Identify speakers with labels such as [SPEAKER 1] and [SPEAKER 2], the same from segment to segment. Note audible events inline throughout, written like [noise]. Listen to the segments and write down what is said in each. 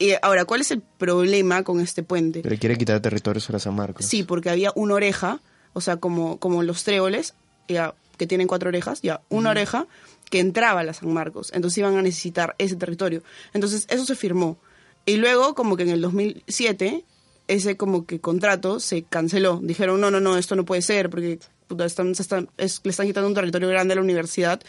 [SPEAKER 1] Y ahora, ¿cuál es el problema con este puente?
[SPEAKER 2] Pero quiere quitar territorios a la San Marcos.
[SPEAKER 1] Sí, porque había una oreja, o sea, como, como los tréboles, ya, que tienen cuatro orejas, ya, una oreja que entraba a la San Marcos. Entonces iban a necesitar ese territorio. Entonces eso se firmó. Y luego, como que en el 2007, ese como que contrato se canceló. Dijeron, no, no, no, esto no puede ser, porque puta, están, se están- es- le están quitando un territorio grande a la universidad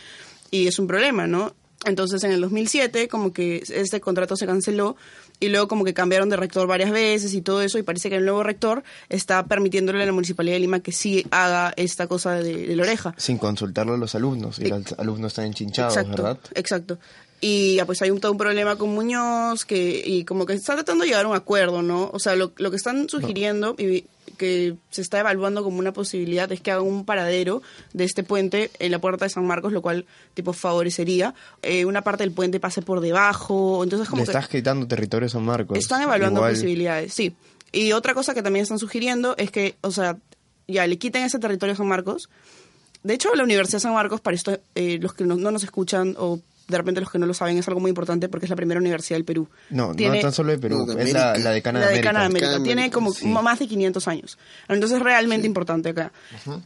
[SPEAKER 1] y es un problema, ¿no? Entonces en el 2007 como que este contrato se canceló y luego como que cambiaron de rector varias veces y todo eso y parece que el nuevo rector está permitiéndole a la Municipalidad de Lima que sí haga esta cosa de, de la oreja.
[SPEAKER 2] Sin consultarlo a los alumnos. Y los alumnos están enchinchados,
[SPEAKER 1] E- exacto,
[SPEAKER 2] ¿verdad?
[SPEAKER 1] exacto. Y ya, pues hay un, todo un problema con Muñoz que, y como que están tratando de llegar a un acuerdo, ¿no? O sea, lo, lo que están sugiriendo y que se está evaluando como una posibilidad es que hagan un paradero de este puente en la puerta de San Marcos, lo cual tipo favorecería. Eh, una parte del puente pase por debajo, entonces como
[SPEAKER 2] Le
[SPEAKER 1] que...
[SPEAKER 2] estás quitando territorios a San Marcos.
[SPEAKER 1] Están evaluando
[SPEAKER 2] Igual-
[SPEAKER 1] posibilidades, sí. Y otra cosa que también están sugiriendo es que, o sea, ya le quiten ese territorio a San Marcos, de hecho, la Universidad de San Marcos, para esto, eh, los que no, no nos escuchan o de repente los que no lo saben, es algo muy importante porque es la primera universidad del Perú.
[SPEAKER 2] No,
[SPEAKER 1] Tiene-
[SPEAKER 2] no tan solo de Perú,
[SPEAKER 3] No, de
[SPEAKER 2] es la,
[SPEAKER 3] América.
[SPEAKER 2] la decana de
[SPEAKER 1] la
[SPEAKER 2] América.
[SPEAKER 1] decana de América.
[SPEAKER 3] Decana de
[SPEAKER 1] Tiene
[SPEAKER 3] América,
[SPEAKER 1] como
[SPEAKER 3] sí.
[SPEAKER 1] m- más de 500 años. Entonces es realmente importante acá.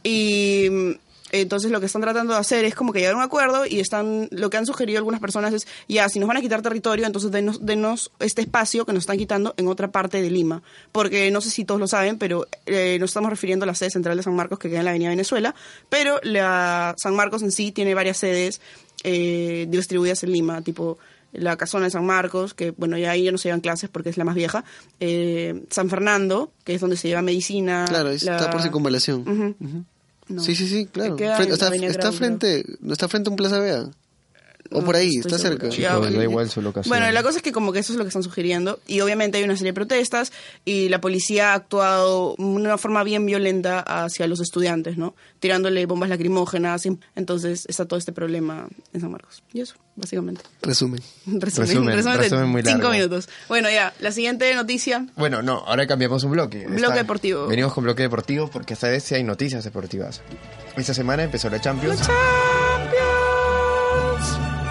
[SPEAKER 1] Y mm, entonces lo que están tratando de hacer es como que llegar a un acuerdo y están lo que han sugerido algunas personas es, ya, si nos van a quitar territorio, entonces denos, denos este espacio que nos están quitando en otra parte de Lima. Porque no sé si todos lo saben, pero eh, nos estamos refiriendo a la sede central de San Marcos que queda en la Avenida Venezuela, pero la San Marcos en sí tiene varias sedes eh, distribuidas en Lima, tipo la casona de San Marcos, que bueno, ya ahí ya no se llevan clases porque es la más vieja, eh, San Fernando, que es donde se lleva medicina.
[SPEAKER 3] Claro, está
[SPEAKER 1] Ah, la-
[SPEAKER 3] por circunvalación.
[SPEAKER 1] Ujú. No.
[SPEAKER 3] Sí, sí, sí, claro.
[SPEAKER 1] Queda
[SPEAKER 3] Frente-
[SPEAKER 1] en la
[SPEAKER 3] está,
[SPEAKER 1] Avenida
[SPEAKER 3] está
[SPEAKER 1] Grau,
[SPEAKER 3] frente, no está frente a un Plaza Vea. O
[SPEAKER 1] No,
[SPEAKER 3] por ahí,
[SPEAKER 1] no estoy
[SPEAKER 3] está
[SPEAKER 1] segura.
[SPEAKER 3] cerca.
[SPEAKER 1] Ya,
[SPEAKER 2] No,
[SPEAKER 1] ok.
[SPEAKER 2] da igual su locación.
[SPEAKER 1] Bueno, la cosa es que como que eso es lo que están sugiriendo y obviamente hay una serie de protestas y la policía ha actuado de una forma bien violenta hacia los estudiantes, ¿no? Tirándole bombas lacrimógenas, y- entonces está todo este problema en San Marcos. Y eso, básicamente. [laughs]
[SPEAKER 3] Resumen.
[SPEAKER 1] Resumen,
[SPEAKER 2] Resumen,
[SPEAKER 1] resumen de
[SPEAKER 2] resumen muy largo.
[SPEAKER 1] Cinco minutos. Bueno, ya, la siguiente noticia.
[SPEAKER 2] Bueno, no, ahora cambiamos un bloque.
[SPEAKER 1] Bloque deportivo.
[SPEAKER 2] Venimos con bloque deportivo porque esta vez sí hay noticias deportivas. Esta semana empezó la Champions.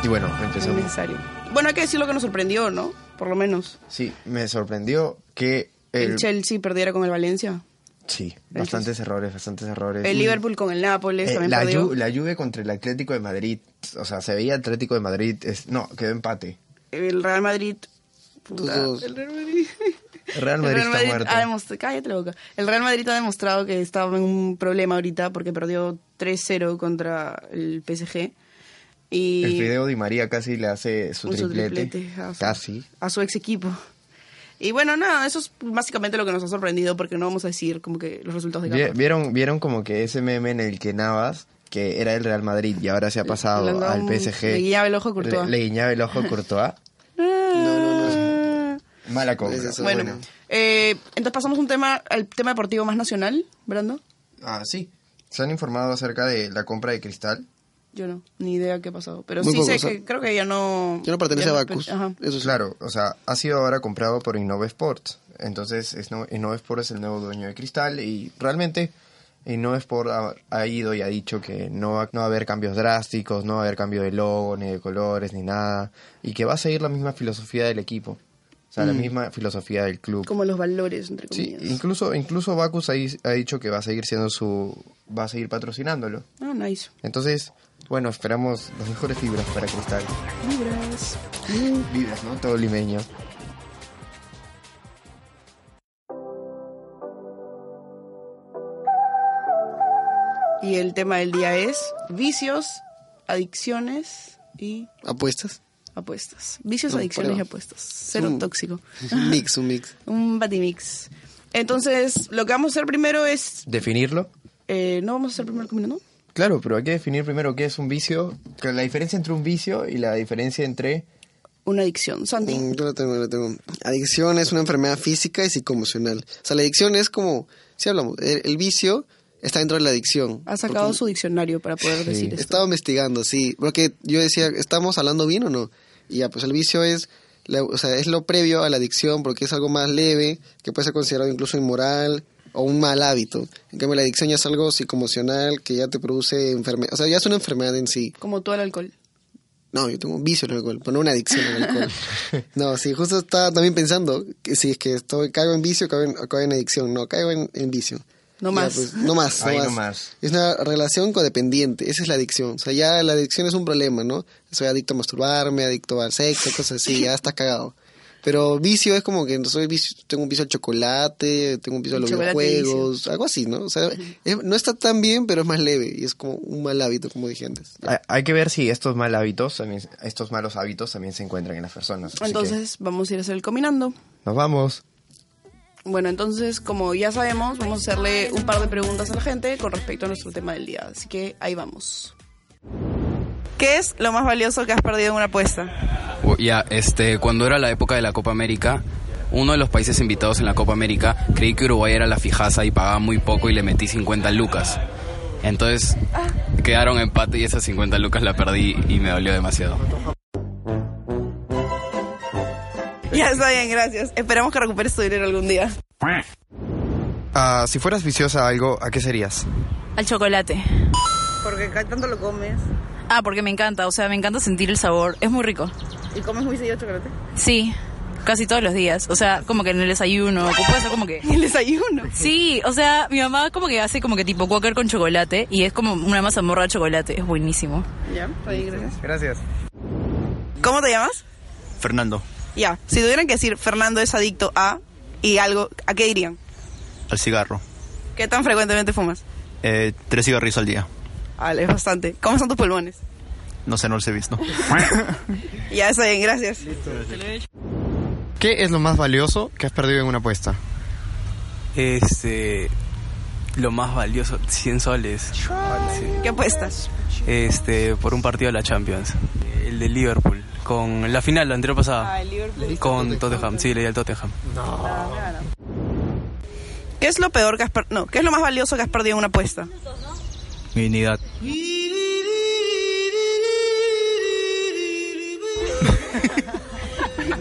[SPEAKER 2] Y bueno, empezó.
[SPEAKER 1] Necesario. Bueno, hay que decir lo que nos sorprendió, ¿no? Por lo menos.
[SPEAKER 2] Sí, me sorprendió que el,
[SPEAKER 1] El, Chelsea perdiera con el Valencia.
[SPEAKER 2] Sí, bastantes errores, bastantes errores.
[SPEAKER 1] El Liverpool con el Nápoles
[SPEAKER 2] Eh,
[SPEAKER 1] también
[SPEAKER 2] la,
[SPEAKER 1] perdió.
[SPEAKER 2] Ju- la Juve contra el Atlético de Madrid. O sea, se veía Atlético de Madrid. es- no, quedó empate.
[SPEAKER 1] El Real Madrid. puta,
[SPEAKER 3] Todos.
[SPEAKER 1] El Real Madrid.
[SPEAKER 2] El Real Madrid,
[SPEAKER 1] Real Madrid
[SPEAKER 2] está
[SPEAKER 1] ah, ha
[SPEAKER 2] muerto.
[SPEAKER 1] demostrado, cállate la boca. El Real Madrid ha demostrado que estaba en un problema ahorita porque perdió 3-0 contra el PSG. Y
[SPEAKER 2] El video de María casi le hace su
[SPEAKER 1] Un su
[SPEAKER 2] triplete.
[SPEAKER 1] triplete ah, a su-
[SPEAKER 2] Casi.
[SPEAKER 1] A su ex equipo. Y bueno, nada, eso es básicamente lo que nos ha sorprendido porque no vamos a decir como que los resultados de
[SPEAKER 2] Vi-
[SPEAKER 1] cada
[SPEAKER 2] ¿Vieron, vieron como que ese meme en el que Navas, que era el Real Madrid y ahora se ha
[SPEAKER 1] le
[SPEAKER 2] pasado
[SPEAKER 1] han dado
[SPEAKER 2] al
[SPEAKER 1] un-
[SPEAKER 2] PSG.
[SPEAKER 1] le guiñaba el ojo a Courtois.
[SPEAKER 2] Le, le guiñaba el ojo a Courtois. [laughs] Mala compra.
[SPEAKER 3] Es eso,
[SPEAKER 1] Ah. Bueno,
[SPEAKER 3] Bueno.
[SPEAKER 1] eh, entonces pasamos un tema al tema deportivo más nacional, Brando.
[SPEAKER 2] Ah, sí. Se han informado acerca de la compra de Cristal.
[SPEAKER 1] Yo no, ni idea qué ha pasado. Pero
[SPEAKER 3] Muy
[SPEAKER 1] sí
[SPEAKER 3] poco,
[SPEAKER 1] sé
[SPEAKER 3] o sea,
[SPEAKER 1] que creo que ya no.
[SPEAKER 3] Ya no pertenece
[SPEAKER 1] ya
[SPEAKER 3] a Bacus.
[SPEAKER 1] Ajá.
[SPEAKER 3] Eso es
[SPEAKER 2] Claro, o sea, ha sido ahora comprado por Innova Sports. Entonces, es no- Innova Sports es el nuevo dueño de Cristal y realmente Innova Sports ha, ha ido y ha dicho que no va, no va a haber cambios drásticos, no va a haber cambio de logo, ni de colores, ni nada. Y que va a seguir la misma filosofía del equipo. O sea, la misma filosofía del club.
[SPEAKER 1] Como los valores, entre
[SPEAKER 2] Sí,
[SPEAKER 1] comillas.
[SPEAKER 2] incluso, incluso Bacus ha, dis- ha dicho que va a seguir siendo su... va a seguir patrocinándolo.
[SPEAKER 1] Ah, nice.
[SPEAKER 2] Entonces, bueno, esperamos las mejores fibras para Cristal.
[SPEAKER 1] Libras.
[SPEAKER 2] Vibras, ¿no? Todo limeño.
[SPEAKER 1] Y el tema del día es vicios, adicciones y
[SPEAKER 3] Apuestas.
[SPEAKER 1] apuestas. Vicios,
[SPEAKER 3] No,
[SPEAKER 1] adicciones
[SPEAKER 3] prueba.
[SPEAKER 1] y apuestas. Cero
[SPEAKER 3] Un-
[SPEAKER 1] tóxico.
[SPEAKER 3] Un mix, un mix.
[SPEAKER 1] [laughs] Un batimix. Entonces, lo que vamos a hacer primero es.
[SPEAKER 2] ¿Definirlo?
[SPEAKER 1] eh, no vamos a hacer primero el camino, ¿no?
[SPEAKER 2] Claro, pero hay que definir primero qué es un vicio, que la diferencia entre un vicio y la diferencia entre...
[SPEAKER 1] Una adicción. Santi.
[SPEAKER 3] Mm, Yo lo tengo, yo lo tengo. Adicción es una enfermedad física y psicoemocional. O sea, la adicción es como, si hablamos, el, el vicio está dentro de la adicción.
[SPEAKER 1] Ha sacado
[SPEAKER 3] Porque-
[SPEAKER 1] su diccionario para poder decir esto.
[SPEAKER 3] Estaba investigando, sí, porque yo decía, ¿estamos hablando bien o no? Y ya, pues el vicio es, la- o sea, es lo previo a la adicción porque es algo más leve, que puede ser considerado incluso inmoral o un mal hábito. En cambio, la adicción ya es algo psicoemocional que ya te produce enfermedad, o sea, ya es una enfermedad en sí.
[SPEAKER 1] Como todo el alcohol.
[SPEAKER 3] No, yo tengo un vicio en el alcohol, pero no una adicción al alcohol. no, sí, justo estaba también pensando que si es que estoy, caigo en vicio, caigo en, caigo en adicción. No, caigo en, en vicio.
[SPEAKER 1] No
[SPEAKER 3] Ya,
[SPEAKER 1] más. [laughs]
[SPEAKER 3] pues, no más.
[SPEAKER 2] Ahí
[SPEAKER 3] no
[SPEAKER 2] no
[SPEAKER 3] más.
[SPEAKER 2] más.
[SPEAKER 3] Es una relación codependiente. Esa es la adicción. O sea, ya la adicción es un problema, ¿no? Soy adicto a masturbarme, adicto al sexo, cosas así. ya está cagado. Pero vicio es como que soy vicio, tengo un vicio al chocolate, tengo un vicio a los
[SPEAKER 1] Chocolate
[SPEAKER 3] videojuegos, algo así, ¿no? O sea, es- no está tan bien, pero es más leve y es como un mal hábito, como dije antes.
[SPEAKER 2] Hay, hay que ver si estos mal hábitos, también, estos malos hábitos también se encuentran en las personas. así que
[SPEAKER 1] Entonces, vamos a ir a hacer el combinando.
[SPEAKER 2] nos vamos.
[SPEAKER 1] Bueno, entonces, como ya sabemos, vamos a hacerle un par de preguntas a la gente con respecto a nuestro tema del día. Así que ahí vamos. ¿Qué es lo más valioso que has perdido en una apuesta?
[SPEAKER 4] Uh, Ya, este, cuando era la época de la Copa América, uno de los países invitados en la Copa América, creí que Uruguay era la fijaza y pagaba muy poco y le metí 50 lucas. Entonces, quedaron empate y esas 50 lucas la perdí y me dolió demasiado.
[SPEAKER 1] Ya está bien, gracias. Esperamos que recuperes tu dinero algún día.
[SPEAKER 2] Ah, si fueras viciosa a algo, ¿a qué serías?
[SPEAKER 5] Al chocolate. Porque ca- tanto lo comes.
[SPEAKER 6] Ah, porque me encanta, o sea, me encanta sentir el sabor. Es muy rico.
[SPEAKER 5] ¿Y comes muy seguido chocolate?
[SPEAKER 6] Sí, casi todos los días. O sea, como que en el desayuno, o puede ser como que...
[SPEAKER 1] [laughs] El desayuno.
[SPEAKER 6] Sí, o sea, mi mamá como que hace como que tipo cuáquer con chocolate y es como una mazamorra de chocolate. Es buenísimo.
[SPEAKER 5] Ya, está bien, gracias.
[SPEAKER 2] Gracias.
[SPEAKER 1] ¿Cómo te llamas?
[SPEAKER 7] Fernando,
[SPEAKER 1] Ya, si tuvieran que decir Fernando es adicto a y algo, ¿a qué dirían?
[SPEAKER 7] al cigarro.
[SPEAKER 1] ¿Qué tan frecuentemente fumas?
[SPEAKER 7] Eh, tres cigarrillos al día.
[SPEAKER 1] Vale, es bastante. ¿Cómo están tus pulmones?
[SPEAKER 7] No sé, no los he visto.
[SPEAKER 1] [laughs] Ya está bien, gracias.
[SPEAKER 2] ¿Qué es lo más valioso que has perdido en una apuesta?
[SPEAKER 8] Este. Lo más valioso, 100 soles. Sí.
[SPEAKER 1] ¿Qué apuestas?
[SPEAKER 8] Este, por un partido de la Champions. El de Liverpool. Con la final, la anterior pasada.
[SPEAKER 5] Ah,
[SPEAKER 8] Con Tottenham. Sí, le di al Tottenham.
[SPEAKER 1] ¿Qué es lo peor que has per- No, ¿qué es lo más valioso que has perdido en una apuesta?
[SPEAKER 7] Mi dignidad.
[SPEAKER 1] [laughs]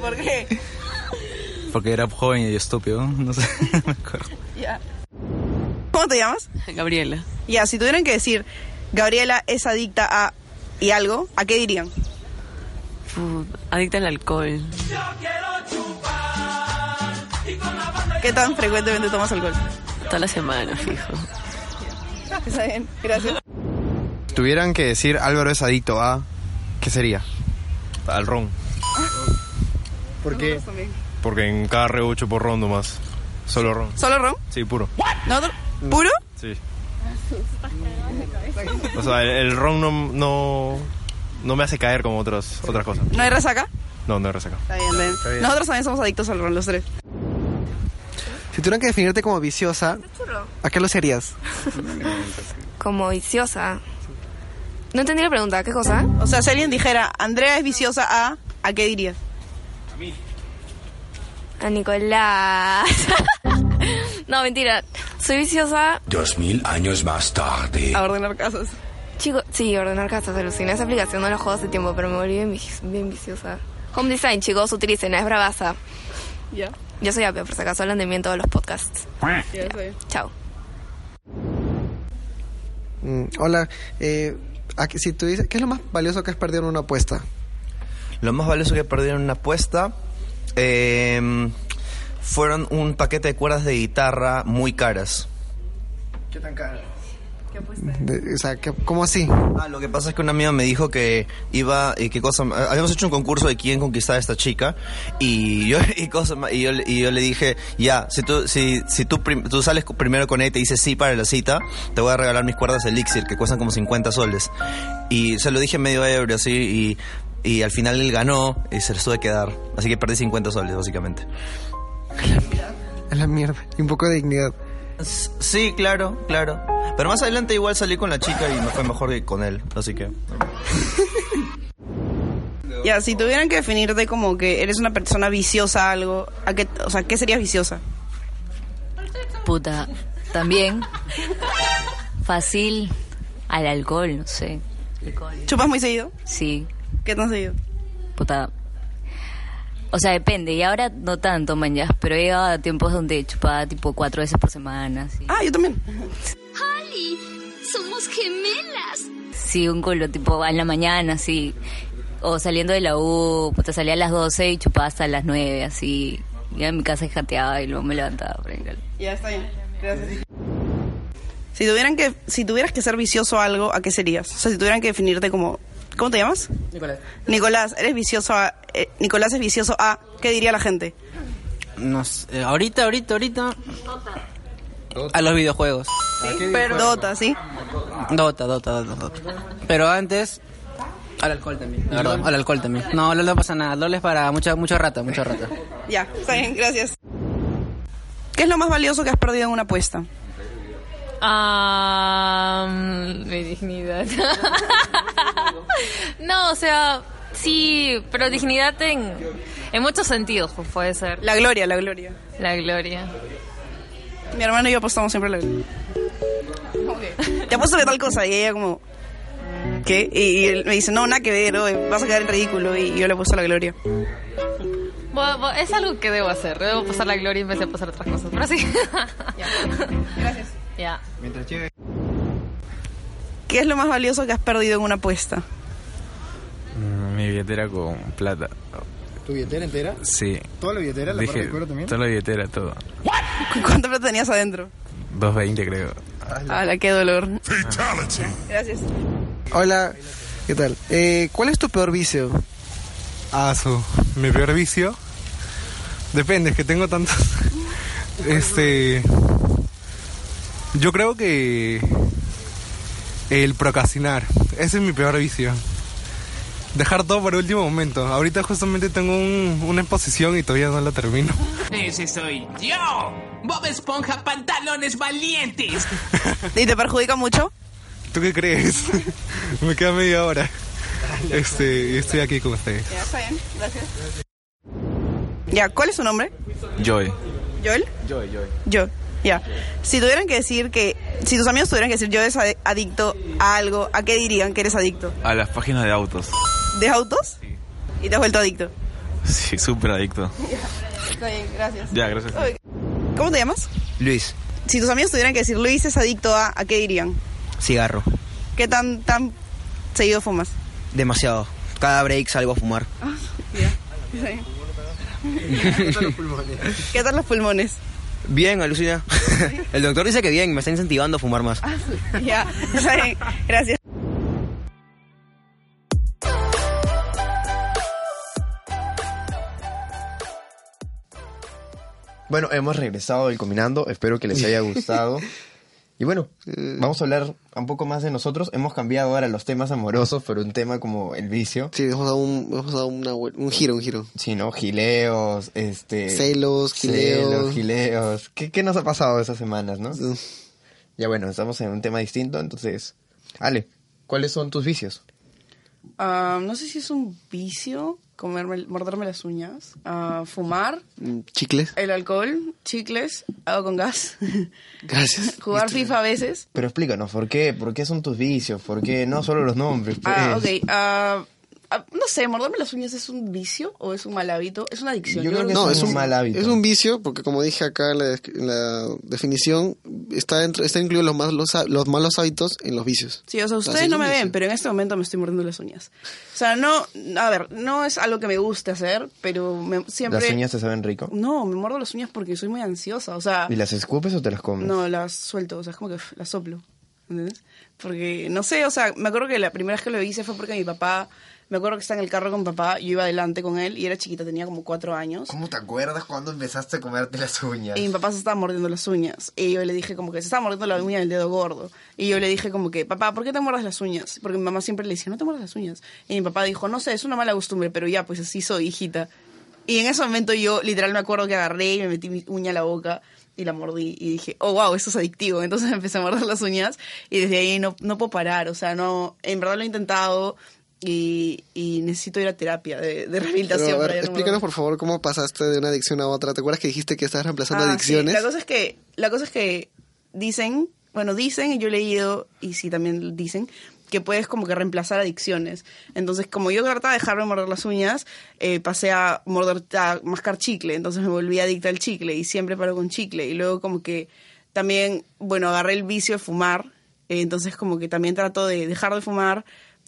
[SPEAKER 1] ¿Por qué?
[SPEAKER 7] Porque era joven y estúpido. No [laughs] sé, no me acuerdo.
[SPEAKER 1] ¿Cómo te llamas?
[SPEAKER 6] [laughs] Gabriela.
[SPEAKER 1] Ya, si tuvieran que decir Gabriela es adicta a y algo, ¿a qué dirían?
[SPEAKER 6] uh, adicta al alcohol.
[SPEAKER 1] ¿Qué tan frecuentemente tomas alcohol?
[SPEAKER 6] Toda la semana, fijo.
[SPEAKER 1] Está bien, gracias.
[SPEAKER 2] Tuvieran que decir Álvaro es adicto a... ¿Qué sería?
[SPEAKER 9] Al ron.
[SPEAKER 2] ¿Por qué?
[SPEAKER 9] Porque en cada reucho por ron nomás. Solo ron.
[SPEAKER 1] ¿Solo ron?
[SPEAKER 9] Sí, puro.
[SPEAKER 1] ¿Nosotros? ¿Puro?
[SPEAKER 7] [laughs]
[SPEAKER 9] Sí. O sea, el, el ron no, no, no me hace caer como otras, otras cosas.
[SPEAKER 1] ¿No hay resaca?
[SPEAKER 9] No, no he resacado.
[SPEAKER 1] Está bien, está bien. Nosotros también somos adictos al ron, los tres.
[SPEAKER 3] Si tuvieran que definirte como viciosa, ¿a qué lo serías?
[SPEAKER 10] Como viciosa. No entendí la pregunta, ¿qué cosa?
[SPEAKER 1] O sea, si alguien dijera Andrea es viciosa a, ¿a qué dirías?
[SPEAKER 10] A Nicolás. [laughs] no, mentira. Soy viciosa.
[SPEAKER 11] Dos mil años más tarde.
[SPEAKER 12] Ah,
[SPEAKER 1] A ordenar casas.
[SPEAKER 10] Chico, sí, ordenar casas, aluciné esa aplicación, no la juego hace tiempo, pero me volví bien, vic- bien viciosa. Home design, chicos, utilicen, es bravaza.
[SPEAKER 1] Ya.
[SPEAKER 10] Yo soy Apia, por si acaso hablan de mí en todos los podcasts.
[SPEAKER 1] Ya soy.
[SPEAKER 10] Chao.
[SPEAKER 3] Mm, hola, eh, ¿a qué- si tú dices, ¿qué es lo más valioso que has perdido en una apuesta?
[SPEAKER 7] Lo más valioso que perdieron en una apuesta eh, fueron un paquete de cuerdas de guitarra muy caras.
[SPEAKER 3] ¿Qué tan caro? o sea, ¿qué- ¿cómo así?
[SPEAKER 7] Ah, lo que pasa es que un amigo me dijo que iba y qué cosa, ah, habíamos hecho un concurso de quién conquistaba a esta chica y yo [laughs] y cosa ma- y yo, le- y yo le dije, "Ya, si tú si si tú, prim- tú sales cu- primero con ella y te dice sí para la cita, te voy a regalar mis cuerdas elixir que cuestan como 50 soles." Y se lo dije medio ebrio así y y al final él ganó y se los tuve que dar. Así que perdí 50 soles básicamente.
[SPEAKER 3] A la mierda. Y un poco de dignidad.
[SPEAKER 7] S- Sí, claro, claro. Pero más adelante igual salí con la chica y me fue mejor que con él, así que
[SPEAKER 1] Ya, si tuvieran que definirte como que eres una persona viciosa a algo, ¿a qué, o sea, ¿qué serías viciosa?
[SPEAKER 6] Puta, también. Fácil al alcohol, no sé.
[SPEAKER 1] ¿Chupas muy seguido?
[SPEAKER 6] Sí,
[SPEAKER 1] ¿Qué tan seguido?
[SPEAKER 6] puta. O sea, depende. Y ahora no tanto, man, ya. Pero he llegado a tiempos donde chupaba tipo cuatro veces por semana. así.
[SPEAKER 1] Ah, yo también.
[SPEAKER 10] Somos gemelas.
[SPEAKER 6] Sí, un culo, tipo en la mañana, así. O saliendo de la U, puta, salía a las 12 y chupaba hasta las 9, así. Iba a mi casa y jateaba y luego me levantaba. por ahí.
[SPEAKER 1] [laughs] Ya, está bien. Gracias. Si, tuvieran que, si tuvieras que ser vicioso a algo, ¿a qué serías? O sea, si tuvieran que definirte como... ¿Cómo te llamas? Nicolás. Nicolás, eres vicioso a... eh, Nicolás es vicioso a... ¿Qué diría la gente?
[SPEAKER 8] No sé, eh, ahorita, ahorita, ahorita. A los videojuegos.
[SPEAKER 1] Dota, ¿sí?
[SPEAKER 8] Dota, Dota, Dota, Dota. Pero antes. Al alcohol también. La verdad, al alcohol también. No, LOL no pasa nada. LOL es para mucha, mucho rata, mucho rata.
[SPEAKER 1] Ya, está bien, gracias. ¿Qué es lo más valioso que has perdido en una apuesta?
[SPEAKER 10] Ah, mi dignidad. [laughs] no, o sea, sí, pero dignidad en, en muchos sentidos pues, puede ser.
[SPEAKER 1] La gloria, la gloria.
[SPEAKER 10] La gloria.
[SPEAKER 1] Mi hermano y yo apostamos siempre a la gloria. Te apuesto que tal cosa. Y ella como... ¿Qué? Y, y él me dice, no, nada que ver, oye, vas a quedar en ridículo. Y yo le apuesto a la gloria.
[SPEAKER 10] Bo- bo- es algo que debo hacer. Debo pasar la gloria en vez de pasar otras cosas. Pero sí. Gracias. Ya.
[SPEAKER 1] ¿Qué es lo más valioso que has perdido en una apuesta? [laughs]
[SPEAKER 12] Mm, Mi billetera con plata.
[SPEAKER 3] ¿Tu billetera entera?
[SPEAKER 12] Sí.
[SPEAKER 3] ¿Toda la billetera? ¿La parte
[SPEAKER 12] Dije,
[SPEAKER 3] de cuero también?
[SPEAKER 12] toda la billetera, todo.
[SPEAKER 1] ¿Cu- ¿Cuánta plata tenías adentro?
[SPEAKER 12] 220 creo.
[SPEAKER 10] Hala, qué dolor.
[SPEAKER 1] Gracias.
[SPEAKER 3] Hola, ¿qué tal? Eh, ¿Cuál es tu peor vicio?
[SPEAKER 13] Ah, su. Mi peor vicio. Depende, es que tengo tantos. Este. Yo creo que. El procrastinar. Ese es mi peor vicio. Dejar todo para el último momento. Ahorita justamente tengo un- una exposición y todavía no la termino.
[SPEAKER 14] Ese soy yo. Bob Esponja, pantalones valientes.
[SPEAKER 1] ¿Y te perjudica mucho?
[SPEAKER 13] ¿Tú qué
[SPEAKER 15] [laughs]
[SPEAKER 13] crees? Me queda media hora. Este, y estoy aquí con ustedes.
[SPEAKER 1] Ya, está bien. Gracias. Ya, ¿cuál es su nombre?
[SPEAKER 12] Joy.
[SPEAKER 1] ¿Joel?
[SPEAKER 12] Joy, Joy.
[SPEAKER 1] Yo, ya. Si tuvieran que decir que... Si tus amigos tuvieran que decir yo eres ade- adicto a algo, ¿a qué dirían que eres adicto?
[SPEAKER 12] A las páginas de autos.
[SPEAKER 1] ¿De autos? ¿Y te has vuelto adicto?
[SPEAKER 12] Sí, súper
[SPEAKER 1] [laughs]
[SPEAKER 12] adicto.
[SPEAKER 1] Está bien, gracias.
[SPEAKER 12] Ya, gracias.
[SPEAKER 1] ¿Cómo te llamas?
[SPEAKER 15] Luis,
[SPEAKER 1] Si tus amigos tuvieran que decir Luis es adicto a... ¿A qué dirían?
[SPEAKER 15] cigarro.
[SPEAKER 1] ¿Qué tan, tan seguido fumas?
[SPEAKER 15] Demasiado. Cada break salgo a fumar.
[SPEAKER 1] [laughs] ¿Qué tal los pulmones?
[SPEAKER 15] Bien, alucina. [laughs] El doctor dice que bien, me está incentivando a fumar más.
[SPEAKER 12] Ah.
[SPEAKER 1] Ya, está bien. Gracias.
[SPEAKER 2] Bueno, hemos regresado del Combinando, espero que les
[SPEAKER 7] [laughs]
[SPEAKER 2] haya gustado. Y bueno, eh, vamos a hablar un poco más de nosotros. Hemos cambiado ahora los temas amorosos por un tema como el vicio.
[SPEAKER 3] Sí, hemos dado un, hemos dado una vuel- un giro, un giro.
[SPEAKER 2] Sí, ¿no? Gileos, este...
[SPEAKER 3] Celos, gileos.
[SPEAKER 2] Celos, gileos. ¿Qué, qué nos ha pasado esas semanas, no? Ya bueno, estamos en un tema distinto, entonces... Ale, ¿cuáles son tus vicios?
[SPEAKER 1] Ah, no sé si es un vicio comerme, morderme las uñas, ah, fumar,
[SPEAKER 3] ¿Chicles?
[SPEAKER 1] el alcohol, chicles, agua con gas, [laughs]
[SPEAKER 3] Gracias.
[SPEAKER 1] jugar FIFA a veces.
[SPEAKER 2] Pero explícanos, ¿por qué? ¿Por qué son tus vicios? ¿Por qué? No solo los nombres.
[SPEAKER 1] Ah, ok.
[SPEAKER 2] pues.
[SPEAKER 1] ah, ah, no sé, morderme las uñas es un vicio o es un mal hábito. Es una adicción.
[SPEAKER 3] no, es un mal hábito. Es un vicio porque como dije acá en la, desc- en la definición está dentro está incluido los malos há- los malos hábitos en los vicios.
[SPEAKER 1] [laughs] Sí, o sea,
[SPEAKER 3] Así
[SPEAKER 1] ustedes
[SPEAKER 3] es
[SPEAKER 1] no
[SPEAKER 3] un
[SPEAKER 1] me
[SPEAKER 3] vicio.
[SPEAKER 1] ven, pero en este momento me estoy mordiendo las uñas. O sea, no, a ver, no es algo que me gusta hacer, pero me- siempre...
[SPEAKER 2] ¿Las uñas te saben rico?
[SPEAKER 1] No, me mordo las uñas porque soy muy ansiosa, o sea...
[SPEAKER 2] ¿Y las escupes o te las comes?
[SPEAKER 1] No, las suelto, o sea, es como que uf, las soplo. ¿Entendés? Porque, no sé, o sea, me acuerdo que la primera vez que lo hice fue porque mi papá, me acuerdo que estaba en el carro con mi papá, yo iba adelante con él y era chiquita, tenía como cuatro años.
[SPEAKER 2] ¿Cómo te acuerdas cuando empezaste a comerte las uñas?
[SPEAKER 1] Y mi papá se estaba mordiendo las uñas. Y yo le dije como que se estaba mordiendo la uña del dedo gordo. Y yo le dije como que, papá, ¿por qué te muerdas las uñas? Porque mi mamá siempre le decía, no te muerdas las uñas. Y mi papá dijo, no sé, es una mala costumbre, pero ya, pues así soy, hijita. Y en ese momento yo literal me acuerdo que agarré y me metí mi uña a la boca y la mordí. Y dije, oh, wow, eso es adictivo. [laughs] Entonces empecé a morder las uñas y desde ahí no, no puedo parar. O sea, no, en verdad lo he intentado. Y, y necesito ir a terapia de, de
[SPEAKER 3] Pero,
[SPEAKER 1] rehabilitación.
[SPEAKER 3] a ver,
[SPEAKER 1] para ya no morder.
[SPEAKER 3] explícanos por favor cómo pasaste de una adicción a otra. ¿Te acuerdas que dijiste que estabas reemplazando
[SPEAKER 1] Ah,
[SPEAKER 3] adicciones?
[SPEAKER 1] sí. La cosa es que, la cosa es que dicen, bueno, dicen, y yo he leído, y sí también dicen, que puedes como que reemplazar adicciones. Entonces, como yo trataba de dejarme morder las uñas, eh, pasé a morder, a mascar chicle, entonces me volví adicta al chicle y siempre paro con chicle. Y luego como que también, bueno, agarré el vicio de fumar, eh, entonces como que también trato de dejar de fumar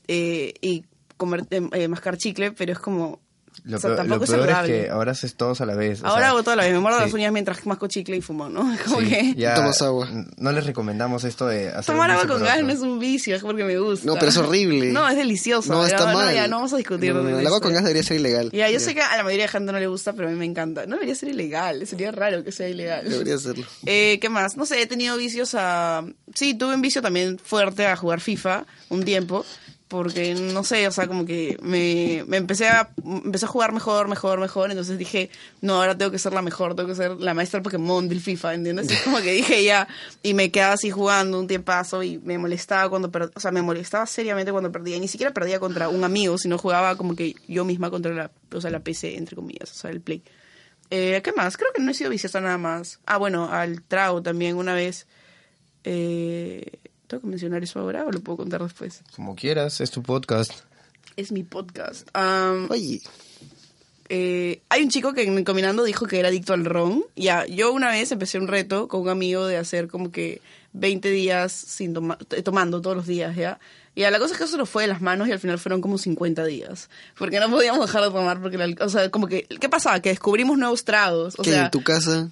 [SPEAKER 1] eh, y comer, eh, mascar chicle, pero es como...
[SPEAKER 2] Lo,
[SPEAKER 1] o sea,
[SPEAKER 2] peor, lo
[SPEAKER 1] tampoco es
[SPEAKER 2] peor es,
[SPEAKER 1] saludable.
[SPEAKER 2] que ahora haces todos a la vez. o
[SPEAKER 1] Ahora
[SPEAKER 2] sea,
[SPEAKER 1] hago todo a la vez, me muerdo
[SPEAKER 2] sí,
[SPEAKER 1] las uñas mientras masco chicle y fumo, ¿no? [laughs] Como
[SPEAKER 2] sí,
[SPEAKER 1] que
[SPEAKER 2] ya n- No les recomendamos esto de hacer
[SPEAKER 1] tomar
[SPEAKER 2] un
[SPEAKER 1] agua
[SPEAKER 2] vicio
[SPEAKER 1] con
[SPEAKER 2] por
[SPEAKER 1] gas
[SPEAKER 2] otro.
[SPEAKER 1] no es un vicio, es porque me gusta.
[SPEAKER 3] No, pero es horrible.
[SPEAKER 1] No, es delicioso.
[SPEAKER 3] No,
[SPEAKER 1] pero
[SPEAKER 3] está mal.
[SPEAKER 1] No, ya, no vamos a discutir.
[SPEAKER 3] No, no,
[SPEAKER 1] de
[SPEAKER 3] no, el
[SPEAKER 1] eso.
[SPEAKER 3] agua con gas debería ser ilegal.
[SPEAKER 1] Ya, yo sé que a la mayoría de gente no le gusta, pero a mí me encanta. No debería ser ilegal, sería raro que sea ilegal. [laughs]
[SPEAKER 3] Debería serlo.
[SPEAKER 1] Eh, ¿Qué más? No sé, he tenido vicios a... Sí, tuve un vicio también fuerte a jugar FIFA un tiempo, porque no sé, o sea, como que me, me empecé, a, empecé a jugar mejor, mejor, mejor, entonces dije, no, ahora tengo que ser la mejor, tengo que ser la maestra Pokémon del FIFA, ¿entiendes? Es [laughs] como que dije ya, y me quedaba así jugando un tiempazo y me molestaba cuando, per- o sea, me molestaba seriamente cuando perdía, y ni siquiera perdía contra un amigo, sino jugaba como que yo misma contra la, o sea, la PC, entre comillas, o sea, el Play. Eh, ¿Qué más? Creo que no he sido viciosa nada más. Ah, bueno, al trago también una vez. Eh, ¿Tengo que mencionar eso ahora o lo puedo contar después?
[SPEAKER 2] Como quieras, es tu podcast.
[SPEAKER 1] Es mi podcast. Am,
[SPEAKER 3] Oye.
[SPEAKER 1] eh, hay un chico que en Combinando dijo que era adicto al ron. Ya, yo una vez empecé un reto con un amigo de hacer como que 20 días sin toma- t- tomando todos los días, ¿ya? Y a la cosa es que eso nos fue de las manos y al final fueron como 50 días. Porque no podíamos dejar de tomar, porque, el alco- o sea, como que, ¿qué pasaba? Que descubrimos nuevos tragos. O
[SPEAKER 3] que
[SPEAKER 1] sea,
[SPEAKER 3] en tu casa.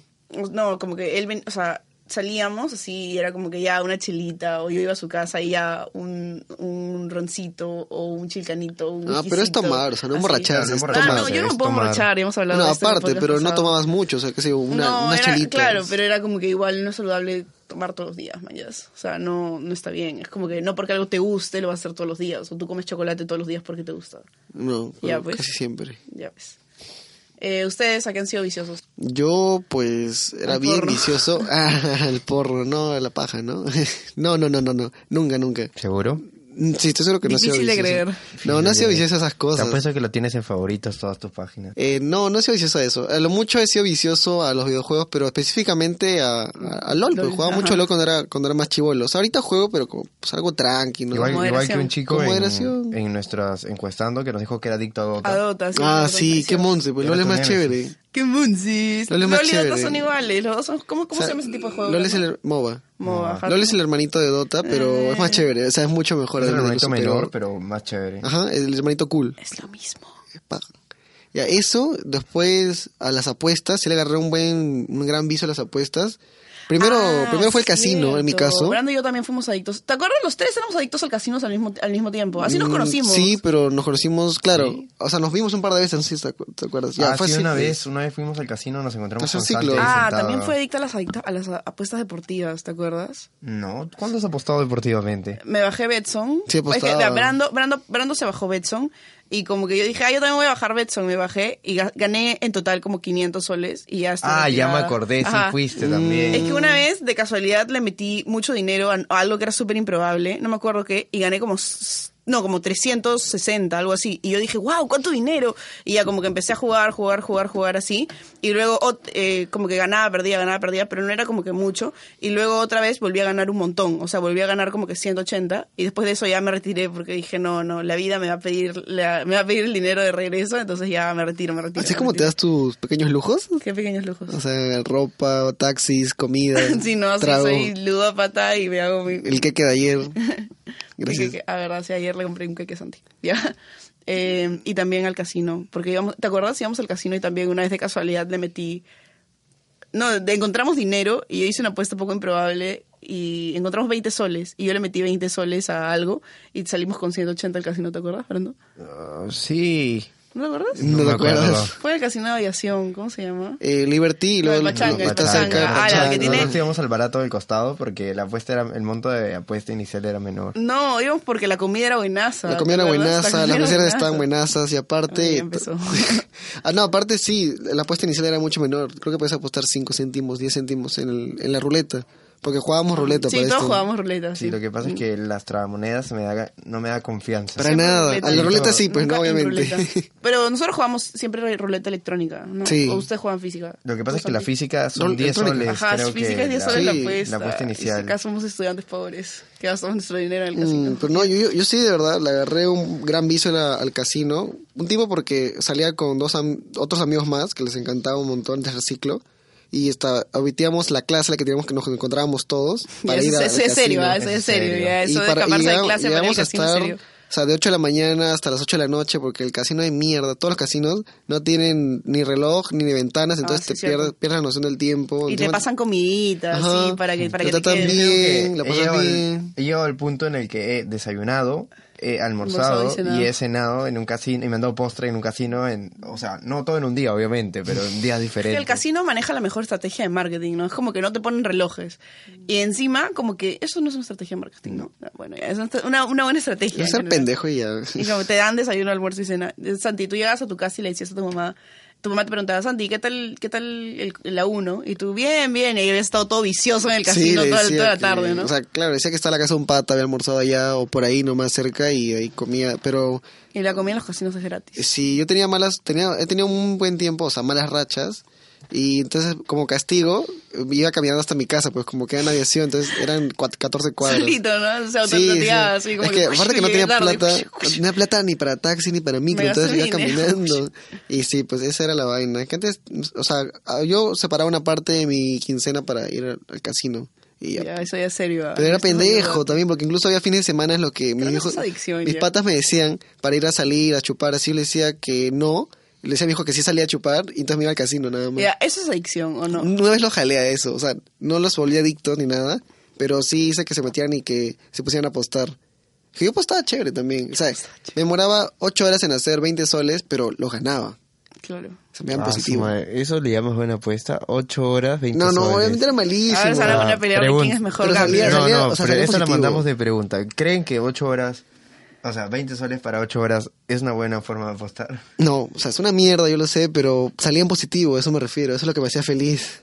[SPEAKER 1] no, como que él, ven- o sea, salíamos así, y era como que ya una chilita, o yo iba a su casa y ya un, un roncito, o un chilcanito, un
[SPEAKER 3] Ah, pero es
[SPEAKER 1] whiskycito,
[SPEAKER 3] tomar, o sea, no
[SPEAKER 1] así.
[SPEAKER 3] emborracharse, es
[SPEAKER 1] Ah,
[SPEAKER 3] tomar.
[SPEAKER 1] no, yo no me puedo emborrachar, ya hemos hablado
[SPEAKER 3] No,
[SPEAKER 1] de esto en el
[SPEAKER 3] aparte,
[SPEAKER 1] podcast
[SPEAKER 3] pero no
[SPEAKER 1] pasado.
[SPEAKER 3] tomabas mucho, o sea, que sé, una,
[SPEAKER 1] no,
[SPEAKER 3] unas
[SPEAKER 1] era,
[SPEAKER 3] chelitas.
[SPEAKER 1] Claro, pero era como que igual no es saludable tomar todos los días, mañas. O sea, no, no está bien. Es como que no porque algo te guste lo vas a hacer todos los días. O tú comes chocolate todos los días porque te gusta.
[SPEAKER 3] No,
[SPEAKER 1] Ya,
[SPEAKER 3] no,
[SPEAKER 1] pues.
[SPEAKER 3] casi siempre.
[SPEAKER 1] Ya ves. Eh, ¿Ustedes a qué han sido viciosos?
[SPEAKER 3] Yo, pues, era
[SPEAKER 1] Al
[SPEAKER 3] bien
[SPEAKER 1] porro. [laughs]
[SPEAKER 3] vicioso. Ah, el porro, no, a la paja, ¿no? [laughs] No, no, no, no, no. Nunca, nunca.
[SPEAKER 16] ¿Seguro?
[SPEAKER 3] Sí, estoy seguro que no ha sido
[SPEAKER 16] Difícil de
[SPEAKER 3] vicioso.
[SPEAKER 16] creer.
[SPEAKER 3] No, no ha sido vicioso a esas
[SPEAKER 16] Te
[SPEAKER 3] cosas.
[SPEAKER 2] pues,
[SPEAKER 16] apuesto que lo tienes en favoritos todas tus páginas.
[SPEAKER 3] Eh, no, no he sido vicioso a eso. A lo mucho he sido vicioso a los videojuegos, pero específicamente a, a- a LOL, porque
[SPEAKER 16] LOL,
[SPEAKER 3] jugaba
[SPEAKER 16] ajá.
[SPEAKER 3] mucho LOL cuando era, cuando era más chivolo. O sea, ahorita juego, pero como, pues, algo tranqui, ¿no?
[SPEAKER 16] Igual, igual que un chico
[SPEAKER 3] Con
[SPEAKER 16] en,
[SPEAKER 3] moderación.
[SPEAKER 16] en nuestras encuestando que nos dijo que era adicto a Dota.
[SPEAKER 1] A Dota, sí,
[SPEAKER 3] Ah, sí, qué monce, pues
[SPEAKER 16] Era
[SPEAKER 3] LOL es
[SPEAKER 16] con
[SPEAKER 3] más
[SPEAKER 16] él.
[SPEAKER 3] chévere.
[SPEAKER 1] ¡Qué muncis!
[SPEAKER 3] LOL es más
[SPEAKER 1] LOL y Dota
[SPEAKER 3] chévere.
[SPEAKER 1] son iguales. Los dos son, ¿Cómo, cómo
[SPEAKER 3] O sea,
[SPEAKER 1] se llama ese tipo de juego?
[SPEAKER 3] LOL es el MOBA.
[SPEAKER 1] MOBA, ajá.
[SPEAKER 3] LOL es el hermanito de Dota, pero
[SPEAKER 1] Eh.
[SPEAKER 3] es más chévere. O sea, es mucho mejor.
[SPEAKER 16] Es el
[SPEAKER 3] incluso,
[SPEAKER 16] hermanito menor, pero más chévere.
[SPEAKER 3] Ajá, el hermanito cool.
[SPEAKER 1] Es lo mismo.
[SPEAKER 3] Ya, eso, después a las apuestas, sí le agarré un buen, un gran viso a las apuestas. Primero,
[SPEAKER 1] Ah,
[SPEAKER 3] primero fue el casino, en mi
[SPEAKER 1] cierto.
[SPEAKER 3] caso.
[SPEAKER 1] Brando y yo también fuimos adictos. ¿Te acuerdas? Los tres éramos adictos al casino al mismo, al mismo tiempo. Así nos
[SPEAKER 3] Mm,
[SPEAKER 1] conocimos.
[SPEAKER 3] Sí, pero nos conocimos, claro. O sea, nos vimos un par de veces, no sé si te acu- te acuerdas. Ya,
[SPEAKER 16] ah,
[SPEAKER 3] fue
[SPEAKER 16] sí,
[SPEAKER 3] así,
[SPEAKER 16] una
[SPEAKER 3] pues.
[SPEAKER 16] vez, una vez fuimos al casino, nos encontramos
[SPEAKER 3] Hace
[SPEAKER 16] con
[SPEAKER 3] un ciclo.
[SPEAKER 16] Santi ahí
[SPEAKER 1] Ah,
[SPEAKER 16] sentado.
[SPEAKER 1] también fue adicta a las, adicta- a las a- apuestas deportivas, ¿te acuerdas?
[SPEAKER 16] No, ¿cuándo has apostado deportivamente?
[SPEAKER 1] Me bajé Betson.
[SPEAKER 16] Sí, apostaba.
[SPEAKER 1] Es que, vea, Brando, Brando, Brando se bajó Betson. Y como que yo dije, ah, yo también voy a bajar Betson. Me bajé y ga- gané en total como 500 soles. Y ya estoy
[SPEAKER 16] Ah, ya
[SPEAKER 1] retirada.
[SPEAKER 16] me acordé, sí
[SPEAKER 1] Ajá.
[SPEAKER 16] fuiste también.
[SPEAKER 1] Es que una vez, de casualidad, le metí mucho dinero a a algo que era súper improbable, no me acuerdo qué, y gané como... s- No, como 360, algo así. Y yo dije, wow, ¿cuánto dinero? Y ya como que empecé a jugar, jugar, jugar, jugar así. Y luego ot- eh, como que ganaba, perdía, ganaba, perdía, pero no era como que mucho. Y luego otra vez volví a ganar un montón. O sea, volví a ganar como que 180. Y después de eso ya me retiré porque dije, no, no, la vida me va a pedir, la- me va a pedir el dinero de regreso. Entonces ya me retiro, me retiro.
[SPEAKER 3] ¿Así
[SPEAKER 1] me
[SPEAKER 3] como te
[SPEAKER 1] retiro.
[SPEAKER 3] das tus pequeños lujos?
[SPEAKER 1] Qué pequeños lujos.
[SPEAKER 3] O sea, ropa, taxis, comida,
[SPEAKER 1] [laughs] Sí, no, sí,
[SPEAKER 3] trago,
[SPEAKER 1] soy ludópata y me hago mi...
[SPEAKER 3] el que
[SPEAKER 1] [laughs]
[SPEAKER 3] queda ayer.
[SPEAKER 1] El queque- a ver, sí, ayer le compré un queque a Santi. [laughs] Ya. Eh, y también al casino. Porque íbamos, ¿te acuerdas? Íbamos al casino y también una vez de casualidad le metí. No, de- encontramos dinero y yo hice una apuesta poco improbable y encontramos 20 soles y yo le metí 20 soles a algo y salimos con 180 al casino, ¿te acuerdas, Fernando?
[SPEAKER 16] Ah, sí.
[SPEAKER 1] ¿No te acuerdas?
[SPEAKER 3] Mm.
[SPEAKER 16] No No me acuerdo. acuerdo.
[SPEAKER 1] Fue el casino de aviación, ¿cómo se llama?
[SPEAKER 3] Eh, Liberty, y luego
[SPEAKER 1] No, el Pachanga, el
[SPEAKER 3] está
[SPEAKER 1] Pachanga.
[SPEAKER 3] cerca de
[SPEAKER 1] Ah, la que
[SPEAKER 3] Pachanga.
[SPEAKER 1] tiene-
[SPEAKER 16] Nosotros íbamos al barato del costado porque la apuesta era, el monto de apuesta inicial era menor.
[SPEAKER 1] No, íbamos porque la comida era buenaza.
[SPEAKER 3] La comida era
[SPEAKER 1] ¿te acuerdas? La
[SPEAKER 3] buenaza, las
[SPEAKER 1] comida era
[SPEAKER 3] meseras estaban
[SPEAKER 1] buenaza.
[SPEAKER 3] buenazas y aparte... [laughs] ah, no, aparte sí, la apuesta inicial era mucho menor. Creo que podías apostar 5 céntimos, 10 céntimos en, el- en la ruleta. Porque jugábamos ruleta
[SPEAKER 1] Sí,
[SPEAKER 3] para
[SPEAKER 1] todos
[SPEAKER 3] esto.
[SPEAKER 1] jugábamos ruleta.
[SPEAKER 16] Sí, lo que pasa es que las tramonedas me da, no me da confianza.
[SPEAKER 3] Para nada. A la ruleta sí, pues no, obviamente.
[SPEAKER 1] ruleta. Pero nosotros jugamos siempre ruleta electrónica, ¿no?
[SPEAKER 16] Sí.
[SPEAKER 1] O ustedes juegan física.
[SPEAKER 16] Lo que pasa es que la
[SPEAKER 1] Usan
[SPEAKER 16] física son
[SPEAKER 3] No,
[SPEAKER 16] 10
[SPEAKER 3] electrónica.
[SPEAKER 16] soles.
[SPEAKER 1] Ajá,
[SPEAKER 16] creo
[SPEAKER 1] física
[SPEAKER 16] que
[SPEAKER 1] es 10 soles la
[SPEAKER 16] sí,
[SPEAKER 1] apuesta.
[SPEAKER 16] La apuesta
[SPEAKER 1] Y
[SPEAKER 16] inicial.
[SPEAKER 1] acá somos estudiantes pobres, que gastamos nuestro dinero en el casino. [laughs]
[SPEAKER 3] Mm, pero no, yo, yo- yo sí, de verdad, le agarré un gran viso a la- al casino. Un tipo porque salía con dos am- otros amigos más que les encantaba un montón de reciclo. Y esta, omitíamos la clase en la que teníamos que nos
[SPEAKER 1] [laughs]
[SPEAKER 3] encontrábamos todos. Para
[SPEAKER 1] eso
[SPEAKER 3] ir
[SPEAKER 1] es-
[SPEAKER 3] al
[SPEAKER 1] eso es serio,
[SPEAKER 3] casino.
[SPEAKER 1] ¿ah? Eso es serio, ya, eso de escaparse de clase para
[SPEAKER 3] llegamos-
[SPEAKER 1] ir al
[SPEAKER 3] llegamos a
[SPEAKER 1] casino es
[SPEAKER 3] estar,
[SPEAKER 1] serio.
[SPEAKER 3] O sea, de 8 de la mañana hasta las 8 de la noche, porque el casino de mierda, todos los casinos no tienen ni reloj ni ventanas, entonces
[SPEAKER 1] Ah, sí,
[SPEAKER 3] te
[SPEAKER 1] cierto.
[SPEAKER 3] pierdes, pierdes la noción del tiempo.
[SPEAKER 1] Y te
[SPEAKER 3] Encima-
[SPEAKER 1] pasan comidita,
[SPEAKER 3] Ajá.
[SPEAKER 1] sí, para que, para
[SPEAKER 3] Te
[SPEAKER 1] que te
[SPEAKER 3] tratan
[SPEAKER 1] quedes.
[SPEAKER 3] bien,
[SPEAKER 16] Creo
[SPEAKER 3] la
[SPEAKER 16] que
[SPEAKER 3] pasas
[SPEAKER 16] he llegado al-
[SPEAKER 3] bien.
[SPEAKER 16] He llegado al punto en el que he desayunado, he almorzado,
[SPEAKER 1] Almorzado y cenado.
[SPEAKER 16] y he cenado en un casino y me han dado postre en un casino. En, o sea, no todo en un día, obviamente, pero en
[SPEAKER 1] [laughs]
[SPEAKER 16] días
[SPEAKER 1] Es que
[SPEAKER 16] diferentes.
[SPEAKER 1] el casino maneja la mejor estrategia de marketing, ¿no? Es como que no te ponen relojes. Y encima, como que eso no es una estrategia de marketing, ¿no? Ah, Bueno, ya, es una, una buena estrategia.
[SPEAKER 3] No
[SPEAKER 1] en
[SPEAKER 3] ser
[SPEAKER 1] general.
[SPEAKER 3] pendejo y ya. [laughs]
[SPEAKER 1] Y como te dan desayuno, almuerzo y cena. Eh, Santi, tú llegabas a tu casa y le decías a tu mamá, tu mamá te preguntaba, Santi, ¿qué tal, qué tal el- la 1? Y tú, bien, bien. Y había estado todo vicioso en el casino
[SPEAKER 3] le
[SPEAKER 1] toda,
[SPEAKER 3] decía
[SPEAKER 1] toda la
[SPEAKER 3] que-
[SPEAKER 1] tarde, ¿no?
[SPEAKER 3] O sea, claro, decía que está la casa de un pata, había almorzado allá o por ahí nomás cerca y ahí comía, pero
[SPEAKER 1] y la comida en los casinos es gratis.
[SPEAKER 3] si yo tenía malas, tenía, he tenido un buen tiempo, o sea, malas rachas, y entonces como castigo eh, iba caminando hasta mi casa, pues como queda en aviación, entonces eran cua- 14 cuadros.
[SPEAKER 1] Solito, ¿no? O sea,
[SPEAKER 3] Sí, sí.
[SPEAKER 1] autotateaba, así
[SPEAKER 3] es
[SPEAKER 1] como
[SPEAKER 3] que aparte que no
[SPEAKER 1] llegué
[SPEAKER 3] tenía
[SPEAKER 1] tarde.
[SPEAKER 3] plata,
[SPEAKER 1] [laughs]
[SPEAKER 3] no tenía plata ni para taxi ni para micro,
[SPEAKER 1] Me gasté
[SPEAKER 3] entonces iba
[SPEAKER 1] mi dinero.
[SPEAKER 3] caminando. Y sí, pues esa era la vaina. Que antes, o sea, yo separaba una parte de mi quincena para ir al al casino. Y ya.
[SPEAKER 1] Ya, eso ya es serio. ¿ah?
[SPEAKER 3] Pero era
[SPEAKER 1] Esto es
[SPEAKER 3] pendejo
[SPEAKER 1] verdad.
[SPEAKER 3] también, porque incluso había fines de semana en los que mis,
[SPEAKER 1] que
[SPEAKER 3] hijos-
[SPEAKER 1] eso es adicción
[SPEAKER 3] mis
[SPEAKER 1] ya.
[SPEAKER 3] patas me decían para ir a salir, a chupar, así yo le decía que no, y le decía a mi hijo que sí salía a chupar, y entonces me iba al casino nada más.
[SPEAKER 1] Ya, eso es adicción, ¿o no?
[SPEAKER 3] Una vez los jalé a eso, o sea, no los volví adictos ni nada, pero sí hice que se metieran y que se pusieran a apostar. Que yo apostaba chévere también, o sea, me demoraba 8 horas en hacer 20 soles, pero los ganaba.
[SPEAKER 1] Claro.
[SPEAKER 3] Se me dan
[SPEAKER 2] Ah, su
[SPEAKER 3] positivo.
[SPEAKER 2] madre. Eso le llamas buena apuesta. 8 horas, 20
[SPEAKER 3] No, no,
[SPEAKER 2] soles.
[SPEAKER 3] obviamente era malísimo.
[SPEAKER 1] Ahora salga una pelea de quién
[SPEAKER 2] pregunta.
[SPEAKER 1] es mejor
[SPEAKER 3] Pero
[SPEAKER 1] Gabriel.
[SPEAKER 3] salía-
[SPEAKER 2] No,
[SPEAKER 3] salía-
[SPEAKER 2] Ah, no,
[SPEAKER 3] o sea,
[SPEAKER 2] pero
[SPEAKER 3] salía
[SPEAKER 2] esa la
[SPEAKER 3] positivo.
[SPEAKER 2] mandamos de pregunta. ¿Creen que 8 horas, o sea, 20 soles para 8 horas es una buena forma de apostar?
[SPEAKER 3] No, o sea, es una mierda, yo lo sé, pero salía en positivo, eso me refiero, eso es lo que me hacía feliz.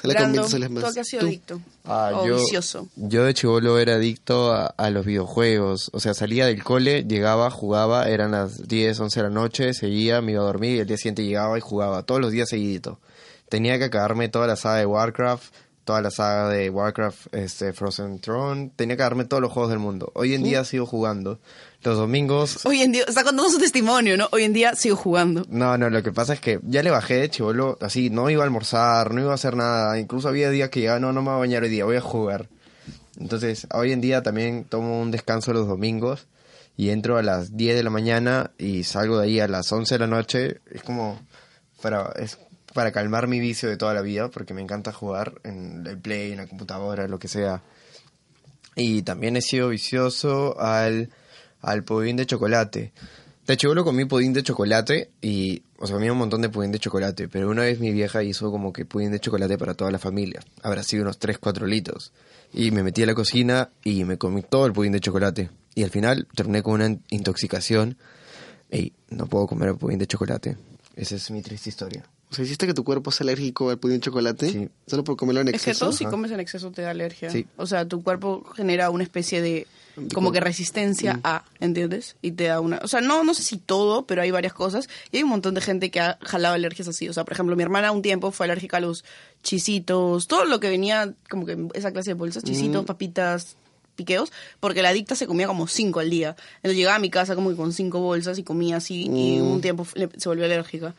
[SPEAKER 3] Salía con
[SPEAKER 1] Brando,
[SPEAKER 3] 20 soles más.
[SPEAKER 1] ¿tú a qué has sido
[SPEAKER 3] Tú.
[SPEAKER 1] adicto?
[SPEAKER 2] Ah,
[SPEAKER 1] o
[SPEAKER 2] yo,
[SPEAKER 1] Oh, vicioso.
[SPEAKER 2] yo de chivolo era adicto a, a los videojuegos. O sea, salía del cole, llegaba, jugaba, eran las 10, 11 de la noche, seguía, me iba a dormir y el día siguiente llegaba y jugaba. Todos los días seguidito. Tenía que acabarme toda la saga de Warcraft, toda la saga de Warcraft este, Frozen Throne. Tenía que acabarme todos los juegos del mundo. Hoy en día sigo jugando. Los domingos
[SPEAKER 1] Hoy en día, está contando su testimonio, ¿no? Hoy en día sigo jugando.
[SPEAKER 2] no, no, lo que pasa es que ya le bajé de chivolo, así, no iba a almorzar, no iba a hacer nada, incluso había días que ya no, no me voy a bañar hoy día, voy a jugar. Entonces, hoy en día también tomo un descanso los domingos y entro a las 10 de la mañana y salgo de ahí a las 11 de la noche, es como para, es para calmar mi vicio de toda la vida, porque me encanta jugar en el play, en la computadora, lo que sea. Y también he sido vicioso al, al pudín de chocolate. De chivolo comí pudín de chocolate y, o sea, comí un montón de pudín de chocolate, pero una vez mi vieja hizo como que pudín de chocolate para toda la familia. Habrá sido unos 3, 4 litros. Y me metí a la cocina y me comí todo el pudín de chocolate. Y al final terminé con una intoxicación y no puedo comer pudín de chocolate. Esa es mi triste historia.
[SPEAKER 3] O sea, hiciste que tu cuerpo sea alérgico al pudín de chocolate
[SPEAKER 2] Sí.
[SPEAKER 3] solo por comerlo en
[SPEAKER 1] Es que
[SPEAKER 3] exceso.
[SPEAKER 1] todo si comes en exceso te da alergia.
[SPEAKER 2] Sí.
[SPEAKER 1] O sea, tu cuerpo genera una especie de como que resistencia
[SPEAKER 3] Mm.
[SPEAKER 1] a, ¿entiendes? Y te da una, o sea, no no sé si todo, pero hay varias cosas y hay un montón de gente que ha jalado alergias así, o sea, por ejemplo, mi hermana un tiempo fue alérgica a los chisitos, todo lo que venía como que en esa clase de bolsas,
[SPEAKER 3] Mm.
[SPEAKER 1] chisitos, papitas, piqueos, porque la adicta se comía como cinco al día. Entonces llegaba a mi casa como que con cinco bolsas y comía así y
[SPEAKER 3] Mm.
[SPEAKER 1] un tiempo le- se volvió alérgica.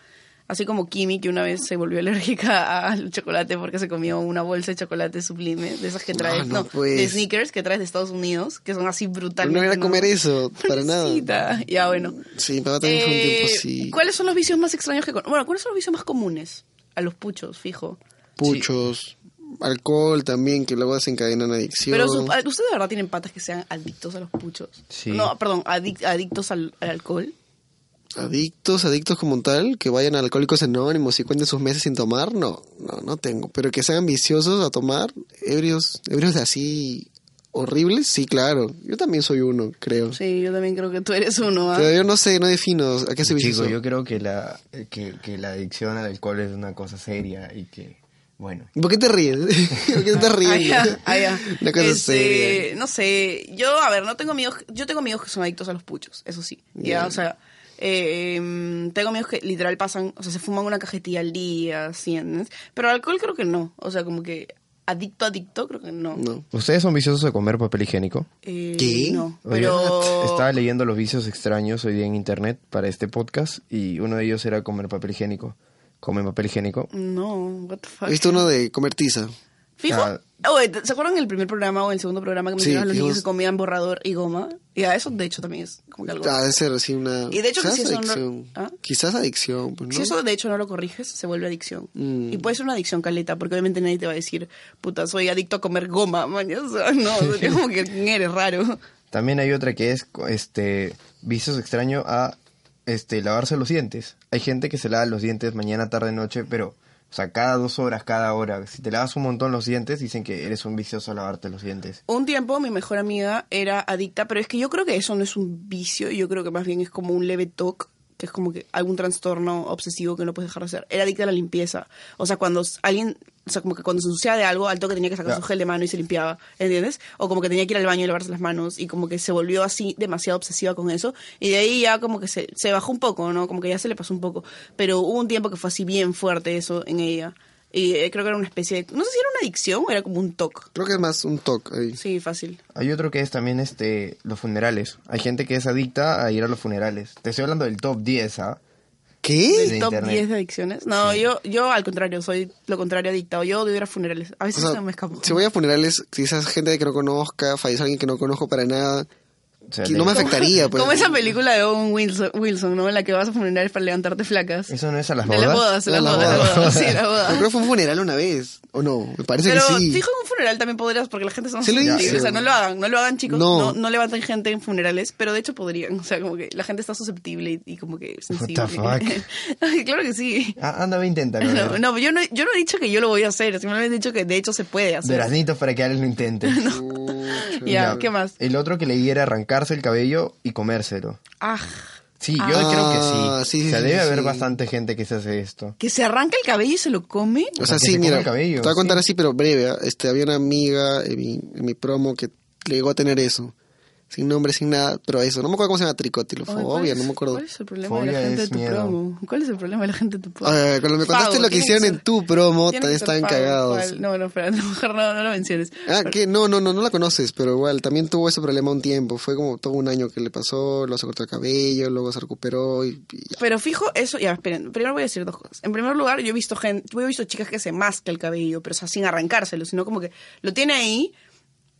[SPEAKER 1] Así como Kimi, que una vez se volvió alérgica al chocolate porque se comió una bolsa de chocolate sublime, de esas que traes,
[SPEAKER 3] Ah, no,
[SPEAKER 1] no, de
[SPEAKER 3] pues.
[SPEAKER 1] sneakers que traes de Estados Unidos, que son así
[SPEAKER 3] Pero
[SPEAKER 1] brutales.
[SPEAKER 3] no era comer eso, para nada.
[SPEAKER 1] Pobrecita. Ya, bueno.
[SPEAKER 3] Sí, mi papá también fue un
[SPEAKER 1] Eh,
[SPEAKER 3] tiempo sí.
[SPEAKER 1] ¿Cuáles son los vicios más extraños que... con- Bueno, ¿cuáles son los vicios más comunes? A los puchos, fijo.
[SPEAKER 3] Puchos, alcohol también, que luego desencadenan adicción.
[SPEAKER 1] Pero su- a- ustedes de verdad tienen patas que sean adictos a los puchos.
[SPEAKER 2] Sí.
[SPEAKER 1] No, perdón, adic- adictos al, al alcohol.
[SPEAKER 3] Adictos, adictos como tal, que vayan a Alcohólicos Anónimos y cuenten sus meses sin tomar, no, no, no tengo. Pero que sean viciosos a tomar, ebrios, ebrios así horribles, sí, claro. Yo también soy uno, creo.
[SPEAKER 1] Sí, yo también creo que tú eres uno. ¿ah?
[SPEAKER 3] Pero yo no sé, no defino a qué
[SPEAKER 2] Chico,
[SPEAKER 3] se vicioso.
[SPEAKER 2] yo creo que la, que, que la adicción al alcohol es una cosa seria y que, bueno,
[SPEAKER 3] ¿Por qué te ríes? [laughs] ¿Por qué te estás
[SPEAKER 1] Ah,
[SPEAKER 3] riendo?
[SPEAKER 1] ya, ah, ya.
[SPEAKER 3] [laughs] Una cosa
[SPEAKER 1] Este,
[SPEAKER 3] seria.
[SPEAKER 1] No sé, yo, a ver, no tengo amigos, yo tengo amigos que son adictos a los puchos, eso sí. Ya, o sea, eh, em, tengo amigos que literal pasan, o sea, se fuman una cajetilla al día, así, ¿entiendes? Pero alcohol creo que no, o sea, como que adicto, adicto, creo que no.
[SPEAKER 3] No.
[SPEAKER 2] ¿Ustedes son viciosos de comer papel higiénico?
[SPEAKER 1] Eh,
[SPEAKER 3] ¿Qué?
[SPEAKER 1] No,
[SPEAKER 2] Oye,
[SPEAKER 1] pero...
[SPEAKER 2] Estaba leyendo los vicios extraños hoy día en internet para este podcast y uno de ellos era comer papel higiénico. Comen papel higiénico.
[SPEAKER 1] No, what the fuck.
[SPEAKER 3] He visto uno de comer tiza.
[SPEAKER 1] ¿Fijo?
[SPEAKER 2] Ah.
[SPEAKER 1] Oye, ¿te- ¿Se acuerdan el primer programa o el segundo programa que
[SPEAKER 3] Sí,
[SPEAKER 1] mencionaban los niños
[SPEAKER 3] fijos.
[SPEAKER 1] que comían borrador y goma? Ya, eso de hecho también es como que algo...
[SPEAKER 3] Ah, debe ser así una...
[SPEAKER 1] Y de hecho que
[SPEAKER 3] quizás
[SPEAKER 1] sí es una-
[SPEAKER 3] adicción.
[SPEAKER 1] ¿Ah?
[SPEAKER 3] Quizás adicción, pues, ¿no?
[SPEAKER 1] Si eso de hecho no lo corriges, se vuelve adicción.
[SPEAKER 3] Mm.
[SPEAKER 1] Y puede ser una adicción caleta, porque obviamente nadie te va a decir, puta, soy adicto a comer goma, man. [laughs] O sea,
[SPEAKER 3] [laughs]
[SPEAKER 1] no, sería como que "¿Quién eres raro.
[SPEAKER 2] También hay otra que es co- este vicios extraños a este lavarse los dientes. Hay gente que se lava los dientes mañana, tarde, noche, pero o sea, cada dos horas, cada hora. Si te lavas un montón los dientes, dicen que eres un vicioso a lavarte los dientes.
[SPEAKER 1] Un tiempo mi mejor amiga era adicta, pero es que yo creo que eso no es un vicio, yo creo que más bien es como un leve toque que es como que algún trastorno obsesivo que no puedes dejar de hacer. Era adicta a la limpieza. O sea, cuando s- alguien, o sea, como que cuando se ensuciaba de algo, al toque tenía que sacar
[SPEAKER 2] Ya.
[SPEAKER 1] su gel de mano y se limpiaba, ¿entiendes? O como que tenía que ir al baño y lavarse las manos y como que se volvió así demasiado obsesiva con eso. Y de ahí ya como que se, se bajó un poco, ¿no? Como que ya se le pasó un poco. Pero hubo un tiempo que fue así bien fuerte eso en ella. Y eh, creo que era una especie de... No sé si era una adicción o era como un toque.
[SPEAKER 3] Creo que es más un toque ahí.
[SPEAKER 1] Sí, fácil.
[SPEAKER 2] Hay otro que es también este los funerales. Hay gente que es adicta a ir a los funerales. Te estoy hablando del top 10, ¿ah?
[SPEAKER 3] ¿Qué?
[SPEAKER 1] Del
[SPEAKER 3] De
[SPEAKER 1] top
[SPEAKER 3] internet.
[SPEAKER 1] 10 de adicciones. No, yo, yo al contrario, soy lo contrario adictado. Yo debo ir a funerales. A veces
[SPEAKER 3] O sea,
[SPEAKER 1] se me escapó.
[SPEAKER 3] Si voy a funerales, quizás gente que no conozca, fallece alguien que no conozco para nada, que no me afectaría.
[SPEAKER 1] [laughs]
[SPEAKER 3] Pues.
[SPEAKER 1] Como esa película de Owen Wilson, Wilson, ¿no? En la que vas a funerales para levantarte flacas.
[SPEAKER 3] ¿Eso no es a
[SPEAKER 1] las De las bodas? bodas, de las bodas, de las bodas. Sí, de las bodas.
[SPEAKER 3] [laughs] Yo creo que fue un funeral una vez, ¿o no? Me parece
[SPEAKER 1] Pero
[SPEAKER 3] que sí.
[SPEAKER 1] fijo en un funeral también podrías, porque la gente son
[SPEAKER 3] Sí lo
[SPEAKER 1] susceptibles.
[SPEAKER 3] hice.
[SPEAKER 1] O sea, no lo hagan, no lo hagan, chicos.
[SPEAKER 3] No.
[SPEAKER 1] No, no levanten gente en funerales, pero de hecho podrían. O sea, como que la gente está susceptible y, y como que sensible.
[SPEAKER 2] fuck?
[SPEAKER 1] [laughs] Ay, claro que sí.
[SPEAKER 2] Ah, anda, ve,
[SPEAKER 1] [laughs]
[SPEAKER 2] inténtalo.
[SPEAKER 1] No,
[SPEAKER 2] Ver.
[SPEAKER 1] no, yo no, yo no he dicho que yo lo voy a hacer, simplemente he dicho que de hecho se puede hacer.
[SPEAKER 2] Duraznitos para que Alex lo
[SPEAKER 1] [laughs]
[SPEAKER 2] intente.
[SPEAKER 1] Ya, ¿qué más?
[SPEAKER 2] El otro que leí era arrancarse el cabello y comérselo.
[SPEAKER 1] Ah,
[SPEAKER 2] Sí, yo
[SPEAKER 1] Ah,
[SPEAKER 2] creo que sí.
[SPEAKER 3] sí,
[SPEAKER 2] o sea,
[SPEAKER 3] sí,
[SPEAKER 2] debe
[SPEAKER 3] sí,
[SPEAKER 2] haber
[SPEAKER 3] sí.
[SPEAKER 2] bastante gente que se hace esto.
[SPEAKER 1] que se arranca el cabello y se lo come.
[SPEAKER 3] O sea, sí, mira, te voy a
[SPEAKER 2] sí.
[SPEAKER 3] contar así, pero breve. ¿ah? Este, había una amiga en mi, en mi promo que le llegó a tener eso. Sin nombre, sin nada, pero eso. No me acuerdo cómo se llama,
[SPEAKER 1] Ay, ¿cuál
[SPEAKER 3] tricotilofobia,
[SPEAKER 1] es-
[SPEAKER 3] no me acuerdo.
[SPEAKER 1] ¿Cuál es el problema de la
[SPEAKER 3] Fobia
[SPEAKER 1] gente de
[SPEAKER 3] es
[SPEAKER 1] tu
[SPEAKER 3] miedo.
[SPEAKER 1] promo? ¿Cuál es el problema de la gente de tu promo?
[SPEAKER 3] A ver, cuando me contaste
[SPEAKER 1] Pavo,
[SPEAKER 3] lo que
[SPEAKER 1] tiene
[SPEAKER 3] hicieron
[SPEAKER 1] ser-
[SPEAKER 3] en tu promo,
[SPEAKER 1] tiene que
[SPEAKER 3] también
[SPEAKER 1] ser
[SPEAKER 3] estaban
[SPEAKER 1] pavo,
[SPEAKER 3] cagados.
[SPEAKER 1] ¿cuál? No, no, pero mejor no, no lo menciones.
[SPEAKER 3] Ah, que no, no, no, no la conoces, pero igual, también tuvo ese problema un tiempo. Fue como todo un año que le pasó, luego se cortó el cabello, luego se recuperó y, y
[SPEAKER 1] Pero fijo, eso, ya, esperen, primero voy a decir dos cosas. En primer lugar, yo he visto gente, yo he visto chicas que se masca el cabello, pero o sea, sin arrancárselo, sino como que lo tiene ahí.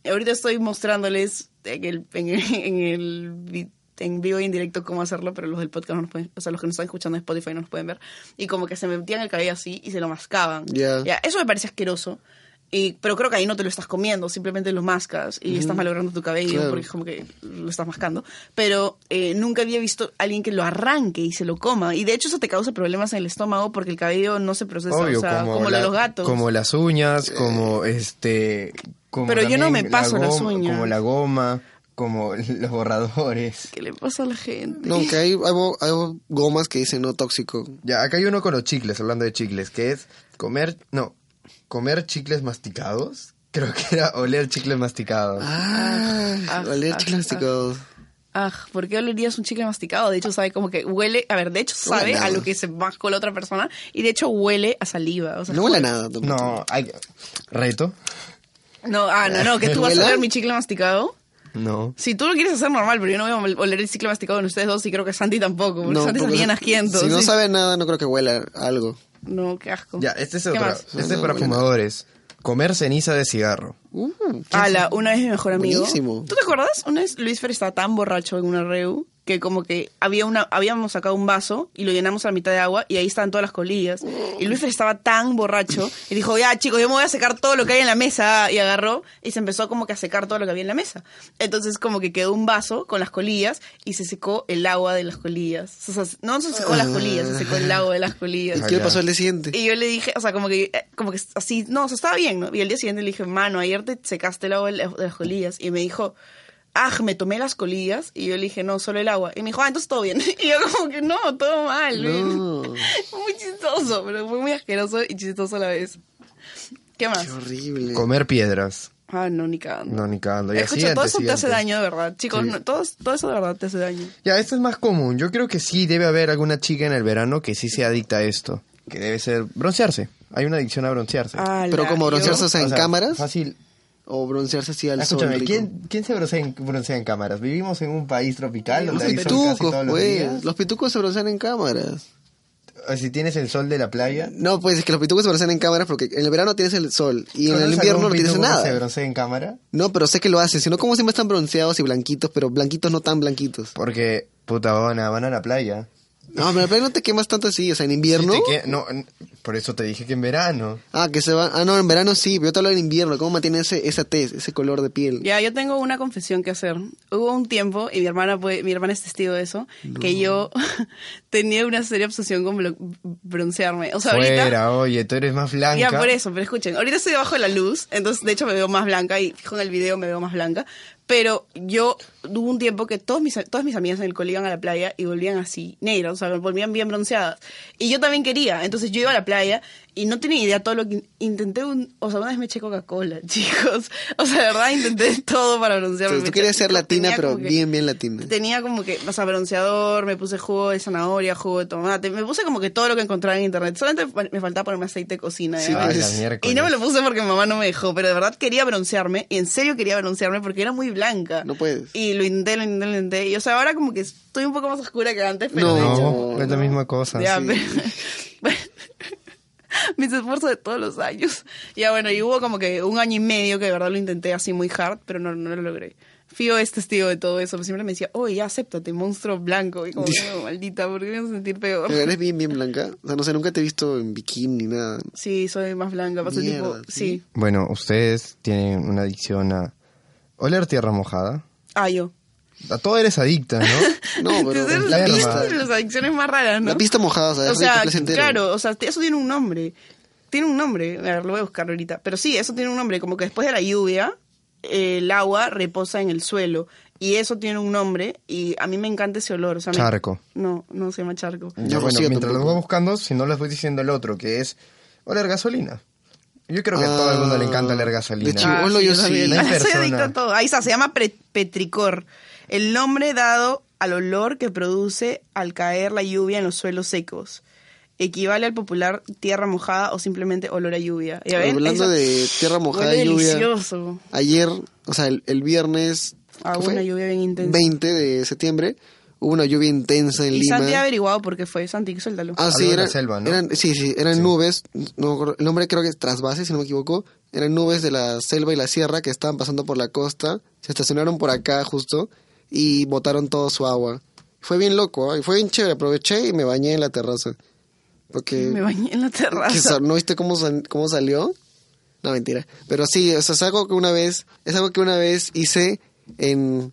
[SPEAKER 1] Ahorita estoy mostrándoles en el, en el, en el vi- en vivo y en directo cómo hacerlo, pero los del podcast no nos pueden, o sea, los que nos están escuchando en Spotify no nos pueden ver. Y como que se metían el cabello así y se lo mascaban.
[SPEAKER 3] Ya.
[SPEAKER 1] Ya, eso me parece asqueroso. Y, pero creo que ahí no te lo estás comiendo, simplemente lo mascas y
[SPEAKER 3] Ujú.
[SPEAKER 1] estás malogrando tu cabello
[SPEAKER 3] Claro.
[SPEAKER 1] porque es como que lo estás mascando. Pero eh, nunca había visto a alguien que lo arranque y se lo coma. Y de hecho eso te causa problemas en el estómago porque el cabello no se procesa,
[SPEAKER 2] Obvio,
[SPEAKER 1] Pues o sea, como,
[SPEAKER 2] como,
[SPEAKER 1] lo
[SPEAKER 2] la-
[SPEAKER 1] de los gatos.
[SPEAKER 2] Como las uñas, como este. como
[SPEAKER 1] Pero yo no
[SPEAKER 2] también la
[SPEAKER 1] me paso las
[SPEAKER 2] goma-
[SPEAKER 1] uñas.
[SPEAKER 2] Como la goma, [laughs] como los borradores.
[SPEAKER 1] ¿Qué le pasa a la gente?
[SPEAKER 3] No,
[SPEAKER 1] [laughs]
[SPEAKER 3] que hay, hay, bo- hay bo- gomas que dicen no tóxico.
[SPEAKER 2] Ya, acá hay uno con los chicles, hablando de chicles, que es comer. No, comer chicles masticados. Creo que era oler chicles masticados.
[SPEAKER 3] Ah, oler chicles masticados.
[SPEAKER 1] ah. Aj, ¿por qué olerías un chicle masticado? De hecho, sabe como que huele, a ver, de hecho sabe
[SPEAKER 3] Huele a
[SPEAKER 1] a lo
[SPEAKER 3] nada.
[SPEAKER 1] que se mascó la otra persona y de hecho huele a saliva. O sea,
[SPEAKER 3] No huele a nada. tampoco.
[SPEAKER 2] No, hay. ¿Reto?
[SPEAKER 1] No, ah, no, no, que tú vas a
[SPEAKER 2] ¿Huele?
[SPEAKER 1] oler mi chicle masticado.
[SPEAKER 2] No.
[SPEAKER 1] Si tú lo quieres hacer normal, pero yo no voy a oler el chicle masticado en ustedes dos y creo que Santi tampoco, porque
[SPEAKER 3] No,
[SPEAKER 1] Santi es
[SPEAKER 3] porque
[SPEAKER 1] bien asquiento.
[SPEAKER 3] Si no
[SPEAKER 1] sí.
[SPEAKER 3] sabe nada, no creo que huela algo.
[SPEAKER 1] No, qué asco.
[SPEAKER 2] Ya, este es
[SPEAKER 1] ¿Qué
[SPEAKER 2] otro.
[SPEAKER 1] más?
[SPEAKER 2] Este es para fumadores. Comer ceniza de cigarro.
[SPEAKER 3] Uh,
[SPEAKER 1] Ala, una vez mi mejor amigo.
[SPEAKER 2] Buenísimo.
[SPEAKER 1] ¿Tú te acuerdas? Una vez Luis Fer estaba tan borracho en una reu que como que había una, habíamos sacado un vaso y lo llenamos a la mitad de agua y ahí estaban todas las colillas. Y Luis Fer estaba tan borracho y dijo, ya chicos, yo me voy a secar todo lo que hay en la mesa. Y agarró y se empezó como que a secar todo lo que había en la mesa. Entonces como que quedó un vaso con las colillas y se secó el agua de las colillas. O sea, no se secó las colillas, se secó el agua de las colillas.
[SPEAKER 3] ¿Y qué le pasó al día siguiente?
[SPEAKER 1] Y yo le dije, o sea, como que, eh, como que así, no, o sea, estaba bien, ¿no? Y el día siguiente le dije, mano, ayer te secaste el agua de las de las colillas. Y me dijo, ah, me tomé las colillas. Y yo le dije, no, solo el agua. Y me dijo, ah, entonces todo bien. [laughs] Y yo como que, no, todo mal. [laughs]
[SPEAKER 3] No.
[SPEAKER 1] Muy chistoso, pero fue muy asqueroso y chistoso a la vez. ¿Qué más?
[SPEAKER 3] horrible.
[SPEAKER 2] Comer piedras.
[SPEAKER 1] Ah, no, ni cagando.
[SPEAKER 2] No, ni cagando. Ya,
[SPEAKER 1] Escucha,
[SPEAKER 2] siguiente,
[SPEAKER 1] todo eso te hace
[SPEAKER 2] siguiente.
[SPEAKER 1] daño, de verdad. Chicos,
[SPEAKER 2] Sí.
[SPEAKER 1] no, todo, todo eso de verdad te hace daño.
[SPEAKER 2] Ya, esto es más común. Yo creo que sí debe haber alguna chica en el verano que sí sea adicta a esto. Que debe ser broncearse. Hay una adicción a broncearse.
[SPEAKER 1] Ala,
[SPEAKER 3] Pero como broncearse o sea, en
[SPEAKER 2] O sea,
[SPEAKER 3] cámaras.
[SPEAKER 2] Fácil.
[SPEAKER 3] O broncearse así al sol.
[SPEAKER 2] Ah, Escúchame,
[SPEAKER 3] rico.
[SPEAKER 2] ¿quién, ¿quién se broncea en, broncea en cámaras? Vivimos en un país tropical
[SPEAKER 3] Los
[SPEAKER 2] donde hay sol casi
[SPEAKER 3] pitucos,
[SPEAKER 2] todos los días.
[SPEAKER 3] pues. Los pitucos se broncean en cámaras.
[SPEAKER 2] O Si tienes el sol de la playa.
[SPEAKER 3] No, pues es que los pitucos se broncean en cámaras porque en el verano tienes el sol y en
[SPEAKER 2] ¿Conoces
[SPEAKER 3] el invierno no
[SPEAKER 2] algún
[SPEAKER 3] tienes
[SPEAKER 2] pituco que se
[SPEAKER 3] nada.
[SPEAKER 2] broncea en cámara?
[SPEAKER 3] No, pero sé que lo hacen. Si no, como siempre están bronceados y blanquitos, pero blanquitos no tan blanquitos.
[SPEAKER 2] Porque, puta, van a, van a la playa.
[SPEAKER 3] No, pero pero no te quemas tanto así. O sea, en invierno.
[SPEAKER 2] Sí, te que- no, n- por eso te dije que en verano.
[SPEAKER 3] Ah, que se van. Ah, no, en verano sí, pero yo te hablo en invierno. ¿Cómo mantiene ese, esa tez, ese color de piel?
[SPEAKER 1] Ya, yo tengo una confesión que hacer. Hubo un tiempo, y mi hermana, fue- mi hermana es testigo de eso, que yo [laughs] tenía una seria obsesión con blo- broncearme. O sea,
[SPEAKER 2] Fuera,
[SPEAKER 1] [laughs] ahorita...
[SPEAKER 2] oye, tú eres más blanca.
[SPEAKER 1] Ya, por eso, pero escuchen, ahorita estoy debajo de la luz, entonces de hecho me veo más blanca y fijo en el video me veo más blanca, pero yo hubo un tiempo que todos mis, todas mis amigas en el colegio iban a la playa y volvían así, negras, o sea, volvían bien bronceadas. Y yo también quería, entonces yo iba a la playa y no tenía idea todo lo que in- intenté, un, o sea, una vez me eché Coca-Cola, [laughs] chicos, o sea, de verdad intenté todo para broncearme.
[SPEAKER 3] Entonces,
[SPEAKER 1] Me
[SPEAKER 3] tú querías
[SPEAKER 1] eché-
[SPEAKER 3] ser latina,
[SPEAKER 1] tenía
[SPEAKER 3] pero
[SPEAKER 1] como que-
[SPEAKER 3] bien, bien latina.
[SPEAKER 1] Tenía como que, o sea, bronceador, me puse jugo de zanahoria, jugo de tomate, me puse como que todo lo que encontraba en internet. Solamente fa- me faltaba ponerme aceite de cocina.
[SPEAKER 2] Sí,
[SPEAKER 1] ¿eh?
[SPEAKER 2] Ah, tienes- la miércoles.
[SPEAKER 1] y no me lo puse porque mamá no me dejó, pero de verdad quería broncearme, y en serio quería broncearme porque era muy blanca.
[SPEAKER 3] No puedes.
[SPEAKER 1] Y Sí, lo intenté, lo intenté, lo intenté. Y o sea, ahora como que estoy un poco más oscura que antes, pero
[SPEAKER 2] No,
[SPEAKER 1] de hecho,
[SPEAKER 2] es la misma cosa.
[SPEAKER 1] Ya,
[SPEAKER 2] Sí.
[SPEAKER 1] pero- [laughs] mis esfuerzos de todos los años. Ya bueno, y hubo como que un año y medio que de verdad lo intenté así muy hard, pero no, no lo logré. Fío es testigo de todo eso, siempre me decía, oye, ya acéptate, monstruo blanco. Y como, "No, maldita, ¿por qué me vas a sentir
[SPEAKER 3] [laughs]
[SPEAKER 1] peor?
[SPEAKER 3] Pero eres bien, bien blanca. O sea, no sé, nunca te he visto en bikini ni nada.
[SPEAKER 1] Sí, soy más blanca, paso tipo,
[SPEAKER 3] Mierda,
[SPEAKER 1] sí.
[SPEAKER 2] Bueno, ustedes tienen una adicción a oler tierra mojada.
[SPEAKER 1] Ah, yo.
[SPEAKER 2] A todo eres adicta,
[SPEAKER 1] [laughs]
[SPEAKER 2] ¿no?
[SPEAKER 3] No, pero
[SPEAKER 1] Entonces,
[SPEAKER 2] la
[SPEAKER 1] es
[SPEAKER 2] hierba.
[SPEAKER 1] una de las adicciones más raras, ¿no?
[SPEAKER 3] La pista mojada, o sea,
[SPEAKER 1] O
[SPEAKER 3] es rico,
[SPEAKER 1] sea,
[SPEAKER 3] es placentero.
[SPEAKER 1] claro, o sea, t- eso tiene un nombre. Tiene un nombre. A ver, lo voy a buscar ahorita. Pero sí, eso tiene un nombre. Como que después de la lluvia, eh, el agua reposa en el suelo. Y eso tiene un nombre. Y a mí me encanta ese olor. O sea, me-
[SPEAKER 2] Charco.
[SPEAKER 1] No, no se llama charco.
[SPEAKER 2] Ya, bueno, mientras los voy buscando, si no les voy diciendo el otro, que es oler gasolina. Yo creo que a todo el mundo le encanta oler gasolina.
[SPEAKER 3] Ah, de chibolo yo sí.
[SPEAKER 1] Ah, también.
[SPEAKER 2] No hay
[SPEAKER 1] [laughs] Soy
[SPEAKER 2] persona.
[SPEAKER 1] adicta a todo. Ahí está, se llama pre- petricor. El nombre dado al olor que produce al caer la lluvia en los suelos secos. Equivale al popular tierra mojada o simplemente olor a lluvia. ¿Ya ven?
[SPEAKER 3] Hablando
[SPEAKER 1] Eso-
[SPEAKER 3] de tierra mojada
[SPEAKER 1] Huele
[SPEAKER 3] y lluvia.
[SPEAKER 1] delicioso.
[SPEAKER 3] Ayer, o sea, el, el viernes
[SPEAKER 1] Ah,
[SPEAKER 3] ¿qué
[SPEAKER 1] hubo
[SPEAKER 3] fue?
[SPEAKER 1] una lluvia bien intensa.
[SPEAKER 3] 20 de septiembre, hubo una lluvia intensa en
[SPEAKER 1] y
[SPEAKER 3] Lima.
[SPEAKER 1] Santi ha averiguado por qué fue. Santi, suéltalo.
[SPEAKER 3] Ah, sí,
[SPEAKER 2] Algo de la
[SPEAKER 3] eran,
[SPEAKER 2] selva, ¿no?
[SPEAKER 3] eran- sí, sí, eran nubes, no me acuerdo, el nombre creo que es trasvase, si no me equivoco, eran nubes de la selva y la sierra que estaban pasando por la costa, se estacionaron por acá justo y botaron todo su agua. Fue bien loco, ¿eh? fue bien chévere, aproveché y me bañé en la terraza. Porque
[SPEAKER 1] Me bañé en la
[SPEAKER 3] que
[SPEAKER 1] terraza.
[SPEAKER 3] sa- ¿No viste cómo, sal- cómo salió? No, mentira. Pero sí, o sea, es algo que una vez, es algo que una vez hice en,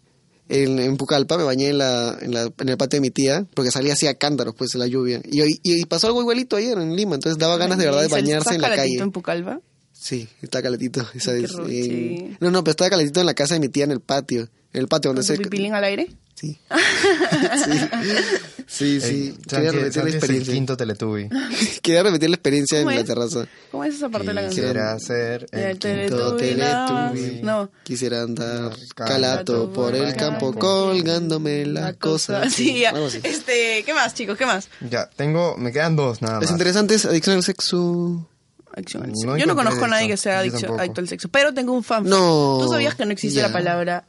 [SPEAKER 3] en, en Pucallpa, me bañé en, la, en, la- en el patio de mi tía, porque salía así a cántaros, pues, en la lluvia. Y, y, y pasó algo igualito ayer en Lima, entonces daba ganas de verdad de
[SPEAKER 1] ¿Estás
[SPEAKER 3] bañarse en la
[SPEAKER 1] calentito
[SPEAKER 3] calle.
[SPEAKER 1] en Pucallpa?
[SPEAKER 3] Sí, está calentito, esa
[SPEAKER 1] Qué
[SPEAKER 3] es,
[SPEAKER 1] ruchi.
[SPEAKER 3] eh, No, no, pero estaba calentito en la casa de mi tía en el patio, en el patio
[SPEAKER 1] ¿Con
[SPEAKER 3] donde
[SPEAKER 1] su
[SPEAKER 3] se...
[SPEAKER 1] pipilín al aire?
[SPEAKER 3] [laughs]
[SPEAKER 1] [laughs]
[SPEAKER 3] Sí. Sí, sí,
[SPEAKER 2] Eh,
[SPEAKER 3] quería
[SPEAKER 2] Santi-
[SPEAKER 3] repetir la
[SPEAKER 2] Santi es el
[SPEAKER 3] experiencia.
[SPEAKER 2] quinto Teletubby.
[SPEAKER 3] [laughs] Quería repetir la experiencia en
[SPEAKER 1] ¿Cómo
[SPEAKER 3] la
[SPEAKER 1] es?
[SPEAKER 3] terraza.
[SPEAKER 1] ¿Cómo es esa parte de la canción?
[SPEAKER 2] Quisiera ser
[SPEAKER 1] Ya,
[SPEAKER 2] el
[SPEAKER 1] el
[SPEAKER 2] quinto
[SPEAKER 1] Teletubby, nada
[SPEAKER 2] Teletubby.
[SPEAKER 1] más. No.
[SPEAKER 3] Quisiera andar
[SPEAKER 2] Calato
[SPEAKER 3] calato por el campo colgándome la cosa.
[SPEAKER 1] [laughs] Sí, ya.
[SPEAKER 3] Algo así.
[SPEAKER 1] Este, ¿qué más, chicos? ¿Qué más?
[SPEAKER 2] Ya, tengo, me quedan dos nada
[SPEAKER 3] Los
[SPEAKER 2] más.
[SPEAKER 3] interesantes, adicción al sexo.
[SPEAKER 1] Adicción al
[SPEAKER 2] No
[SPEAKER 1] sexo. Yo no
[SPEAKER 2] encontré
[SPEAKER 1] conozco a nadie
[SPEAKER 2] esto.
[SPEAKER 1] que sea
[SPEAKER 2] Yo
[SPEAKER 1] adiccio-
[SPEAKER 2] tampoco.
[SPEAKER 1] adicto al sexo, pero tengo un fan.
[SPEAKER 3] No.
[SPEAKER 1] Tú sabías que no existe
[SPEAKER 3] Ya.
[SPEAKER 1] la palabra.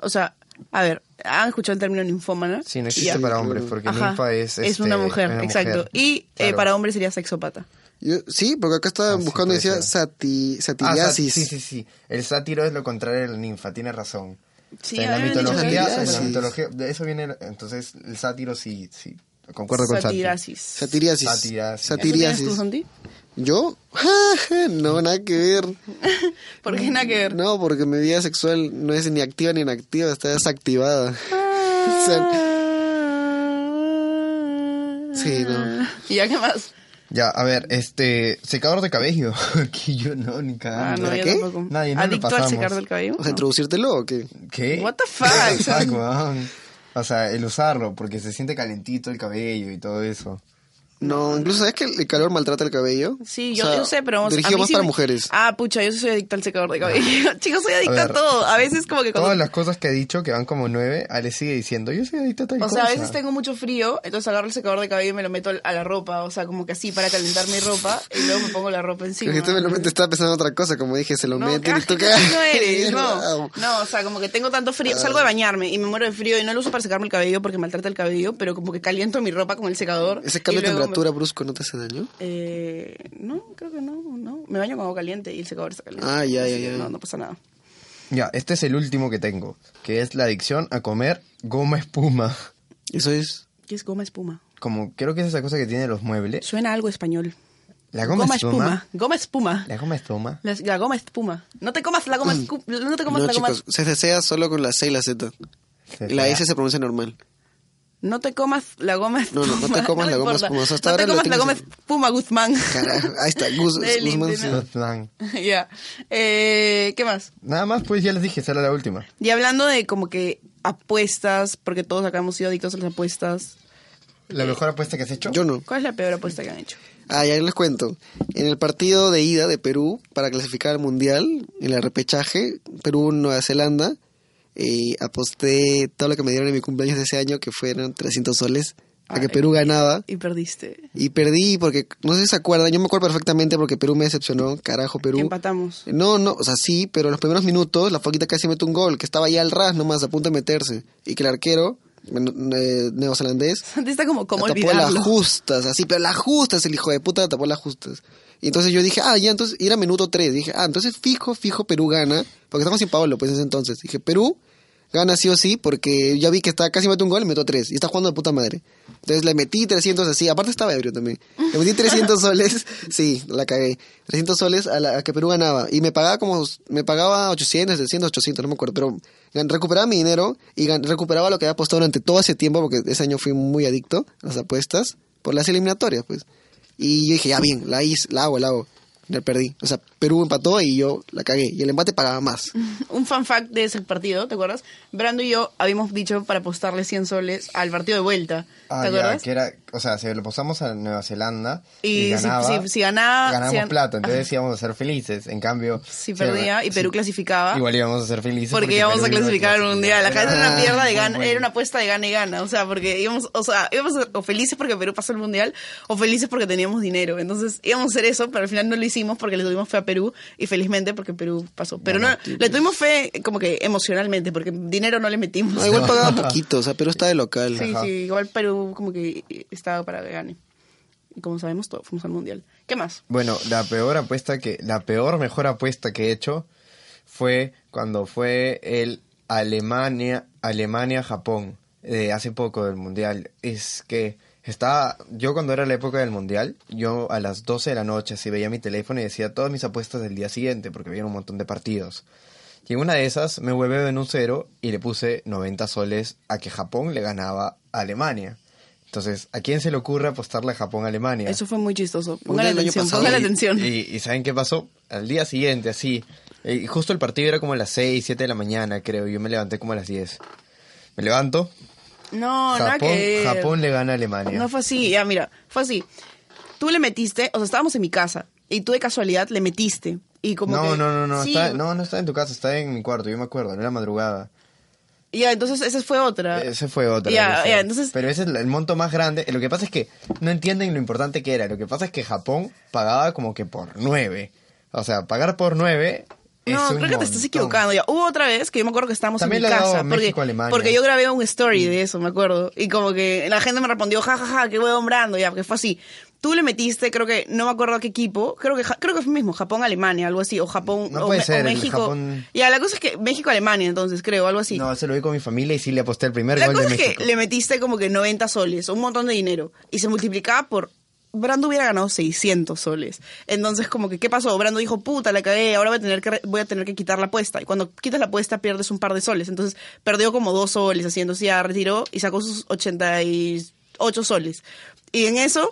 [SPEAKER 1] O sea, a ver, han escuchado el término ninfómana.
[SPEAKER 2] Sí, no existe
[SPEAKER 1] Ya.
[SPEAKER 2] para hombres, porque
[SPEAKER 1] Ajá.
[SPEAKER 2] ninfa es... este,
[SPEAKER 1] una mujer,
[SPEAKER 2] una
[SPEAKER 1] exacto. Y eh,
[SPEAKER 2] Claro.
[SPEAKER 1] para hombres sería sexópata.
[SPEAKER 3] Yo- sí, porque acá estaba
[SPEAKER 2] Ah, sí,
[SPEAKER 3] buscando y
[SPEAKER 2] puede
[SPEAKER 3] decía
[SPEAKER 2] ser.
[SPEAKER 3] sati,
[SPEAKER 2] Ah, sat-
[SPEAKER 3] satiriasis.
[SPEAKER 2] sí, sí, sí. El sátiro es lo contrario de la ninfa, tiene razón.
[SPEAKER 1] Sí,
[SPEAKER 2] en la
[SPEAKER 1] habían dicho
[SPEAKER 2] mitología,
[SPEAKER 1] que-
[SPEAKER 3] satirasis.
[SPEAKER 2] en la mitología, de eso viene, entonces el sátiro sí, sí, concuerdo con Santi.
[SPEAKER 1] Satirasis.
[SPEAKER 3] Satiriasis.
[SPEAKER 2] Satiriasis.
[SPEAKER 1] ¿Tú tienes
[SPEAKER 3] Satiriasis.
[SPEAKER 1] tú, Santi?
[SPEAKER 3] ¿Yo? [laughs] Ja, ja, no, nada que ver.
[SPEAKER 1] ¿Por qué nada que ver? [laughs]
[SPEAKER 3] No, porque mi vida sexual no es ni activa ni inactiva, está desactivada. [laughs] O sea, sí, no.
[SPEAKER 1] ¿Y ya qué más?
[SPEAKER 2] Ya, a ver, este, secador de cabello, [laughs] que yo no, ni
[SPEAKER 1] Ah,
[SPEAKER 2] cagando.
[SPEAKER 1] no, yo
[SPEAKER 3] qué?
[SPEAKER 1] tampoco.
[SPEAKER 2] Nadie, no lo
[SPEAKER 1] ¿Adicto al
[SPEAKER 2] pasamos.
[SPEAKER 1] secar del cabello?
[SPEAKER 3] O sea,
[SPEAKER 1] No.
[SPEAKER 3] introducírtelo o qué?
[SPEAKER 2] ¿Qué?
[SPEAKER 1] What the
[SPEAKER 2] [laughs]
[SPEAKER 1] fuck?
[SPEAKER 2] What the fuck, weón? O sea, el usarlo, porque se siente calentito el cabello y todo eso.
[SPEAKER 3] No, incluso sabes que el calor maltrata el cabello.
[SPEAKER 1] Sí,
[SPEAKER 3] O
[SPEAKER 1] yo,
[SPEAKER 3] sea,
[SPEAKER 1] yo sé, pero vamos
[SPEAKER 3] Dirigido
[SPEAKER 1] mí
[SPEAKER 3] más
[SPEAKER 1] sí
[SPEAKER 3] para
[SPEAKER 1] me-
[SPEAKER 3] mujeres.
[SPEAKER 1] Ah, pucha, yo sí soy adicta al secador de
[SPEAKER 3] [laughs]
[SPEAKER 1] cabello. [laughs] Chicos, soy adicta a,
[SPEAKER 2] ver.
[SPEAKER 1] todo. A veces como que [laughs] cuando...
[SPEAKER 2] Todas las cosas que he dicho, que van como nueve, Ale sigue diciendo, yo soy adicta a tal
[SPEAKER 1] O
[SPEAKER 2] cosa.
[SPEAKER 1] sea, a veces tengo mucho frío, entonces agarro el secador de cabello y me lo meto al- a la ropa, o sea, como que así para calentar mi ropa y luego me pongo la ropa encima.
[SPEAKER 3] Creo que tú me lo metes, estaba este pensando en otra cosa, como dije, se lo
[SPEAKER 1] No,
[SPEAKER 3] meten y
[SPEAKER 1] caja,
[SPEAKER 3] tú
[SPEAKER 1] que
[SPEAKER 3] qué-
[SPEAKER 1] así no
[SPEAKER 3] [laughs]
[SPEAKER 1] eres, no.
[SPEAKER 3] Wow.
[SPEAKER 1] No, o sea, como que tengo tanto frío, salgo de bañarme y me muero de frío y no lo uso para secarme el cabello porque maltrata el cabello, pero como que caliento mi ropa con el secador.
[SPEAKER 3] Ese
[SPEAKER 1] y
[SPEAKER 3] cambio de
[SPEAKER 1] luego me-
[SPEAKER 3] temperatura brusco no te hace daño.
[SPEAKER 1] Eh, no, creo que no, no. Me baño con agua caliente y el secador está caliente.
[SPEAKER 3] Ah, ya,
[SPEAKER 1] Así
[SPEAKER 3] ya,
[SPEAKER 1] que
[SPEAKER 3] ya.
[SPEAKER 1] No, no pasa nada.
[SPEAKER 2] Ya, este es el último que tengo, que es la adicción a comer goma espuma.
[SPEAKER 3] Eso es.
[SPEAKER 1] ¿Qué es goma espuma?
[SPEAKER 2] Como creo que es esa cosa que tiene los muebles.
[SPEAKER 1] Suena algo español.
[SPEAKER 2] La goma, espuma.
[SPEAKER 1] Goma espuma.
[SPEAKER 2] La goma espuma.
[SPEAKER 1] La, la goma espuma. No te comas la goma escu- No te comas
[SPEAKER 3] Mm.
[SPEAKER 1] la
[SPEAKER 3] no,
[SPEAKER 1] goma
[SPEAKER 3] chicos, se desea solo con la C y la Z. Y la S se pronuncia normal.
[SPEAKER 1] No te comas la goma espuma.
[SPEAKER 3] No, no, no te comas la goma
[SPEAKER 1] importa.
[SPEAKER 3] espuma. O sea, hasta
[SPEAKER 1] no te
[SPEAKER 3] ahora lo
[SPEAKER 1] comas la
[SPEAKER 3] tienes
[SPEAKER 1] goma
[SPEAKER 3] en-
[SPEAKER 1] espuma, Guzmán.
[SPEAKER 3] Carajo, ahí está, Gus-
[SPEAKER 1] [laughs] Del
[SPEAKER 3] Guzmán,
[SPEAKER 1] internet.
[SPEAKER 2] Los plan.
[SPEAKER 1] Ya. Eh, ¿Qué más?
[SPEAKER 2] Nada más, pues ya les dije, será la última.
[SPEAKER 1] Y hablando de como que apuestas, porque todos acá hemos sido adictos a las apuestas.
[SPEAKER 2] La mejor apuesta que has hecho.
[SPEAKER 3] Yo no.
[SPEAKER 1] ¿Cuál es la peor apuesta que han hecho?
[SPEAKER 3] Ah, ya les cuento. En el partido de ida de Perú para clasificar al Mundial, en el repechaje, Perú-Nueva Zelanda, eh, aposté todo lo que me dieron en mi cumpleaños de ese año, que fueron 300 soles. a que Perú ganaba.
[SPEAKER 1] Y perdiste.
[SPEAKER 3] Y perdí porque, no sé si se acuerdan, yo me acuerdo perfectamente porque Perú me decepcionó, carajo Perú.
[SPEAKER 1] Empatamos.
[SPEAKER 3] No, no, o sea, sí, pero en los primeros minutos la foquita casi mete un gol, que estaba ya al ras nomás, a punto de meterse. Y que el arquero, men- eh, neozelandés,
[SPEAKER 1] Está como, como
[SPEAKER 3] la tapó las
[SPEAKER 1] olvidarlo.
[SPEAKER 3] justas, así, pero las justas, el hijo de puta la tapó las justas. Y entonces yo dije, ah, ya, entonces, y era minuto 3, dije, ah, entonces fijo, fijo, Perú gana, porque estamos sin Paolo, pues en ese entonces. Dije, Perú gana sí o sí, porque ya vi que está casi mete un gol, y meto 3, y está jugando de puta madre. Entonces le metí 300 así, aparte estaba ebrio también. Le
[SPEAKER 1] [laughs]
[SPEAKER 3] metí 300 soles, sí, la cagué. 300 soles a, la, a que Perú ganaba, y me pagaba como, me pagaba 800, 700, 800, no me acuerdo, pero gan- recuperaba mi dinero y gan- recuperaba lo que había apostado durante todo ese tiempo, porque ese año fui muy adicto a las apuestas, por las eliminatorias, pues. Y yo dije, ya bien, la hice, la hago, la hago. La perdí. O sea, Perú empató y yo la cagué. Y el empate pagaba más.
[SPEAKER 1] [laughs] Un fan fact de ese partido, ¿te acuerdas? Brando y yo habíamos dicho para apostarle 100 soles al partido de vuelta.
[SPEAKER 2] Ah,
[SPEAKER 1] ¿Te
[SPEAKER 2] ya,
[SPEAKER 1] acuerdas?
[SPEAKER 2] que era, o sea, se lo posamos a Nueva Zelanda
[SPEAKER 1] Y
[SPEAKER 2] y,
[SPEAKER 1] si-
[SPEAKER 2] ganaba,
[SPEAKER 1] si- si ganaba-
[SPEAKER 2] ganábamos
[SPEAKER 1] si gan-
[SPEAKER 2] plata, entonces
[SPEAKER 1] Ajá.
[SPEAKER 2] íbamos a ser felices. En cambio,
[SPEAKER 1] Si perdía y Perú clasificaba.
[SPEAKER 2] Igual íbamos a ser felices.
[SPEAKER 1] porque íbamos a
[SPEAKER 2] Perú iba
[SPEAKER 1] clasificar al mundial. Ajá, era una
[SPEAKER 2] Ah,
[SPEAKER 1] mierda de
[SPEAKER 2] muy
[SPEAKER 1] gana,
[SPEAKER 2] bueno.
[SPEAKER 1] era una apuesta de gana y gana. O sea, porque íbamos, o sea, íbamos a- o felices porque Perú pasó el mundial, o felices porque teníamos dinero. Entonces íbamos a hacer eso, pero al final no lo hicimos porque le tuvimos fe a Perú y felizmente porque Perú pasó. Pero no, le tuvimos fe eh, como que emocionalmente, porque dinero no le metimos.
[SPEAKER 3] No, igual pagaba
[SPEAKER 1] [laughs]
[SPEAKER 3] poquito, o sea, Perú está de local.
[SPEAKER 1] Sí, sí, igual Perú como que estaba para que gane. Y como sabemos, todos fuimos al mundial. ¿Qué más?
[SPEAKER 2] Bueno, la peor apuesta que, la peor mejor apuesta que he hecho fue cuando fue el Alemania, Alemania Japón de hace poco del mundial. Es que estaba, yo cuando era la época del mundial, yo a las 12 de la noche así veía mi teléfono y decía todas mis apuestas del día siguiente porque había un montón de partidos. Y en una de esas me hueveo en un cero y le puse 90 soles a que Japón le ganaba a Alemania. Entonces, ¿a quién se le ocurre apostarle a Japón a Alemania?
[SPEAKER 1] Eso fue muy chistoso.
[SPEAKER 3] Mundial
[SPEAKER 1] Póngale
[SPEAKER 3] del año
[SPEAKER 1] atención,
[SPEAKER 3] pasado.
[SPEAKER 1] póngale
[SPEAKER 3] Y-
[SPEAKER 1] atención.
[SPEAKER 2] Y, y ¿saben qué pasó? Al día siguiente, así. eh, justo el partido era como a las 6, 7 de la mañana, creo. Yo me levanté como a las 10. Me levanto.
[SPEAKER 1] No, nada que
[SPEAKER 2] Japón,
[SPEAKER 1] ver.
[SPEAKER 2] Japón le gana a Alemania.
[SPEAKER 1] No fue así, ya mira, fue así. Tú le metiste, o sea, estábamos en mi casa y tú de casualidad le metiste y como
[SPEAKER 2] no,
[SPEAKER 1] que-
[SPEAKER 2] no, no, no,
[SPEAKER 1] Sí,
[SPEAKER 2] está- no, no está en tu casa, está en mi cuarto, yo me acuerdo, era madrugada.
[SPEAKER 1] Ya, entonces esa fue otra.
[SPEAKER 2] Ese fue otra.
[SPEAKER 1] Ah. Ya,
[SPEAKER 2] ese.
[SPEAKER 1] ya, entonces-
[SPEAKER 2] Pero ese es el, el monto más grande. Lo que pasa es que no entienden lo importante que era. Lo que pasa es que Japón pagaba como que por 9. O sea, pagar por 9 es
[SPEAKER 1] No,
[SPEAKER 2] un
[SPEAKER 1] creo que te estás
[SPEAKER 2] montón.
[SPEAKER 1] equivocando. Ya, hubo otra vez que yo me acuerdo que estábamos
[SPEAKER 2] También
[SPEAKER 1] en mi
[SPEAKER 2] le ha dado
[SPEAKER 1] casa.
[SPEAKER 2] a
[SPEAKER 1] porque,
[SPEAKER 2] México, Alemania.
[SPEAKER 1] porque yo grabé un story de eso, me acuerdo. Y como que la gente me respondió, jajaja, ja, ja, qué huevón brando, ya, porque fue así. Tú le metiste, creo que, no me acuerdo a qué equipo, creo que ja- creo que fue mismo, Japón, Alemania, algo así, o Japón,
[SPEAKER 2] No
[SPEAKER 1] o,
[SPEAKER 2] puede
[SPEAKER 1] Me- o
[SPEAKER 2] ser, el
[SPEAKER 1] México.
[SPEAKER 2] Japón-
[SPEAKER 1] Ya, la cosa es que México, Alemania, entonces, creo, algo así.
[SPEAKER 2] No, se lo vi con mi familia y sí le aposté el primer
[SPEAKER 1] La
[SPEAKER 2] gol de
[SPEAKER 1] cosa es
[SPEAKER 2] México.
[SPEAKER 1] que le metiste como que 90 soles, un montón de dinero, y se multiplicaba por... Brando hubiera ganado 600 soles. Entonces, como que, ¿qué pasó? Brando dijo, puta, la cagué, ahora voy a tener que, re- voy a tener que quitar la apuesta. Y cuando quitas la apuesta, pierdes un par de soles. Entonces, perdió como dos soles, así. Entonces, ya retiró y sacó sus 88 soles. Y en eso,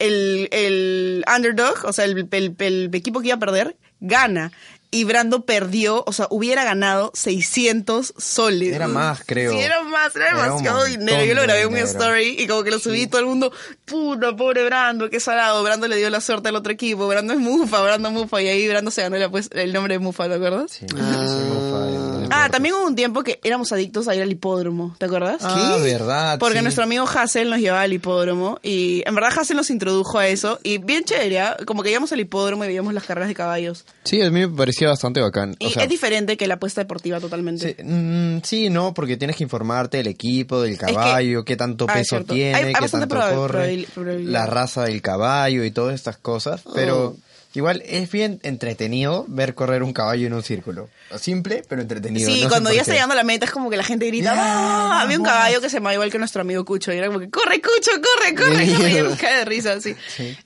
[SPEAKER 1] el, el underdog, o sea, el, el- el equipo que iba a perder, gana. Y Brando perdió, o sea, hubiera ganado 600 soles.
[SPEAKER 2] Era más, creo.
[SPEAKER 1] Sí, era más, era
[SPEAKER 2] Era un
[SPEAKER 1] demasiado
[SPEAKER 2] montón
[SPEAKER 1] dinero. Yo lo
[SPEAKER 2] de
[SPEAKER 1] grabé en un
[SPEAKER 2] dinero.
[SPEAKER 1] story y como que lo subí y todo el mundo, puta, pobre Brando, qué salado. Brando le dio la suerte al otro equipo. Brando es Mufa, Brando Mufa. Y ahí Brando se ganó la pues- el nombre de Mufa, ¿te acuerdas? Ah, también hubo un tiempo que éramos adictos a ir al hipódromo, ¿te acuerdas?
[SPEAKER 2] Ah, verdad.
[SPEAKER 1] Porque
[SPEAKER 2] sí.
[SPEAKER 1] nuestro amigo Hassel nos llevaba al hipódromo y en verdad Hassel nos introdujo a eso y bien chévere, ¿ah? como que íbamos al hipódromo y veíamos las carreras de caballos.
[SPEAKER 2] Sí, a mí me parecía bastante bacán.
[SPEAKER 1] Y
[SPEAKER 2] o sea,
[SPEAKER 1] es diferente que la apuesta deportiva totalmente.
[SPEAKER 2] sí, mm, sí, no, porque tienes que informarte del equipo, del caballo, qué tanto
[SPEAKER 1] Ah, es
[SPEAKER 2] peso
[SPEAKER 1] cierto.
[SPEAKER 2] tiene,
[SPEAKER 1] Hay- hay
[SPEAKER 2] qué
[SPEAKER 1] bastante
[SPEAKER 2] tanto
[SPEAKER 1] probabil-
[SPEAKER 2] corre,
[SPEAKER 1] probabil- probabilidad.
[SPEAKER 2] la raza del caballo y todas estas cosas. Pero
[SPEAKER 1] Oh.
[SPEAKER 2] igual es bien entretenido ver correr un caballo en un círculo. Simple, pero entretenido.
[SPEAKER 1] Sí,
[SPEAKER 2] no sé
[SPEAKER 1] cuando
[SPEAKER 2] por
[SPEAKER 1] ya
[SPEAKER 2] qué.
[SPEAKER 1] está llegando a la meta es como que la gente grita, ¡Ah! Había un caballo que se llamaba igual que nuestro amigo Cucho y era como que, ¡corre Cucho, corre, corre! corre! Y yo me caí de risa, así.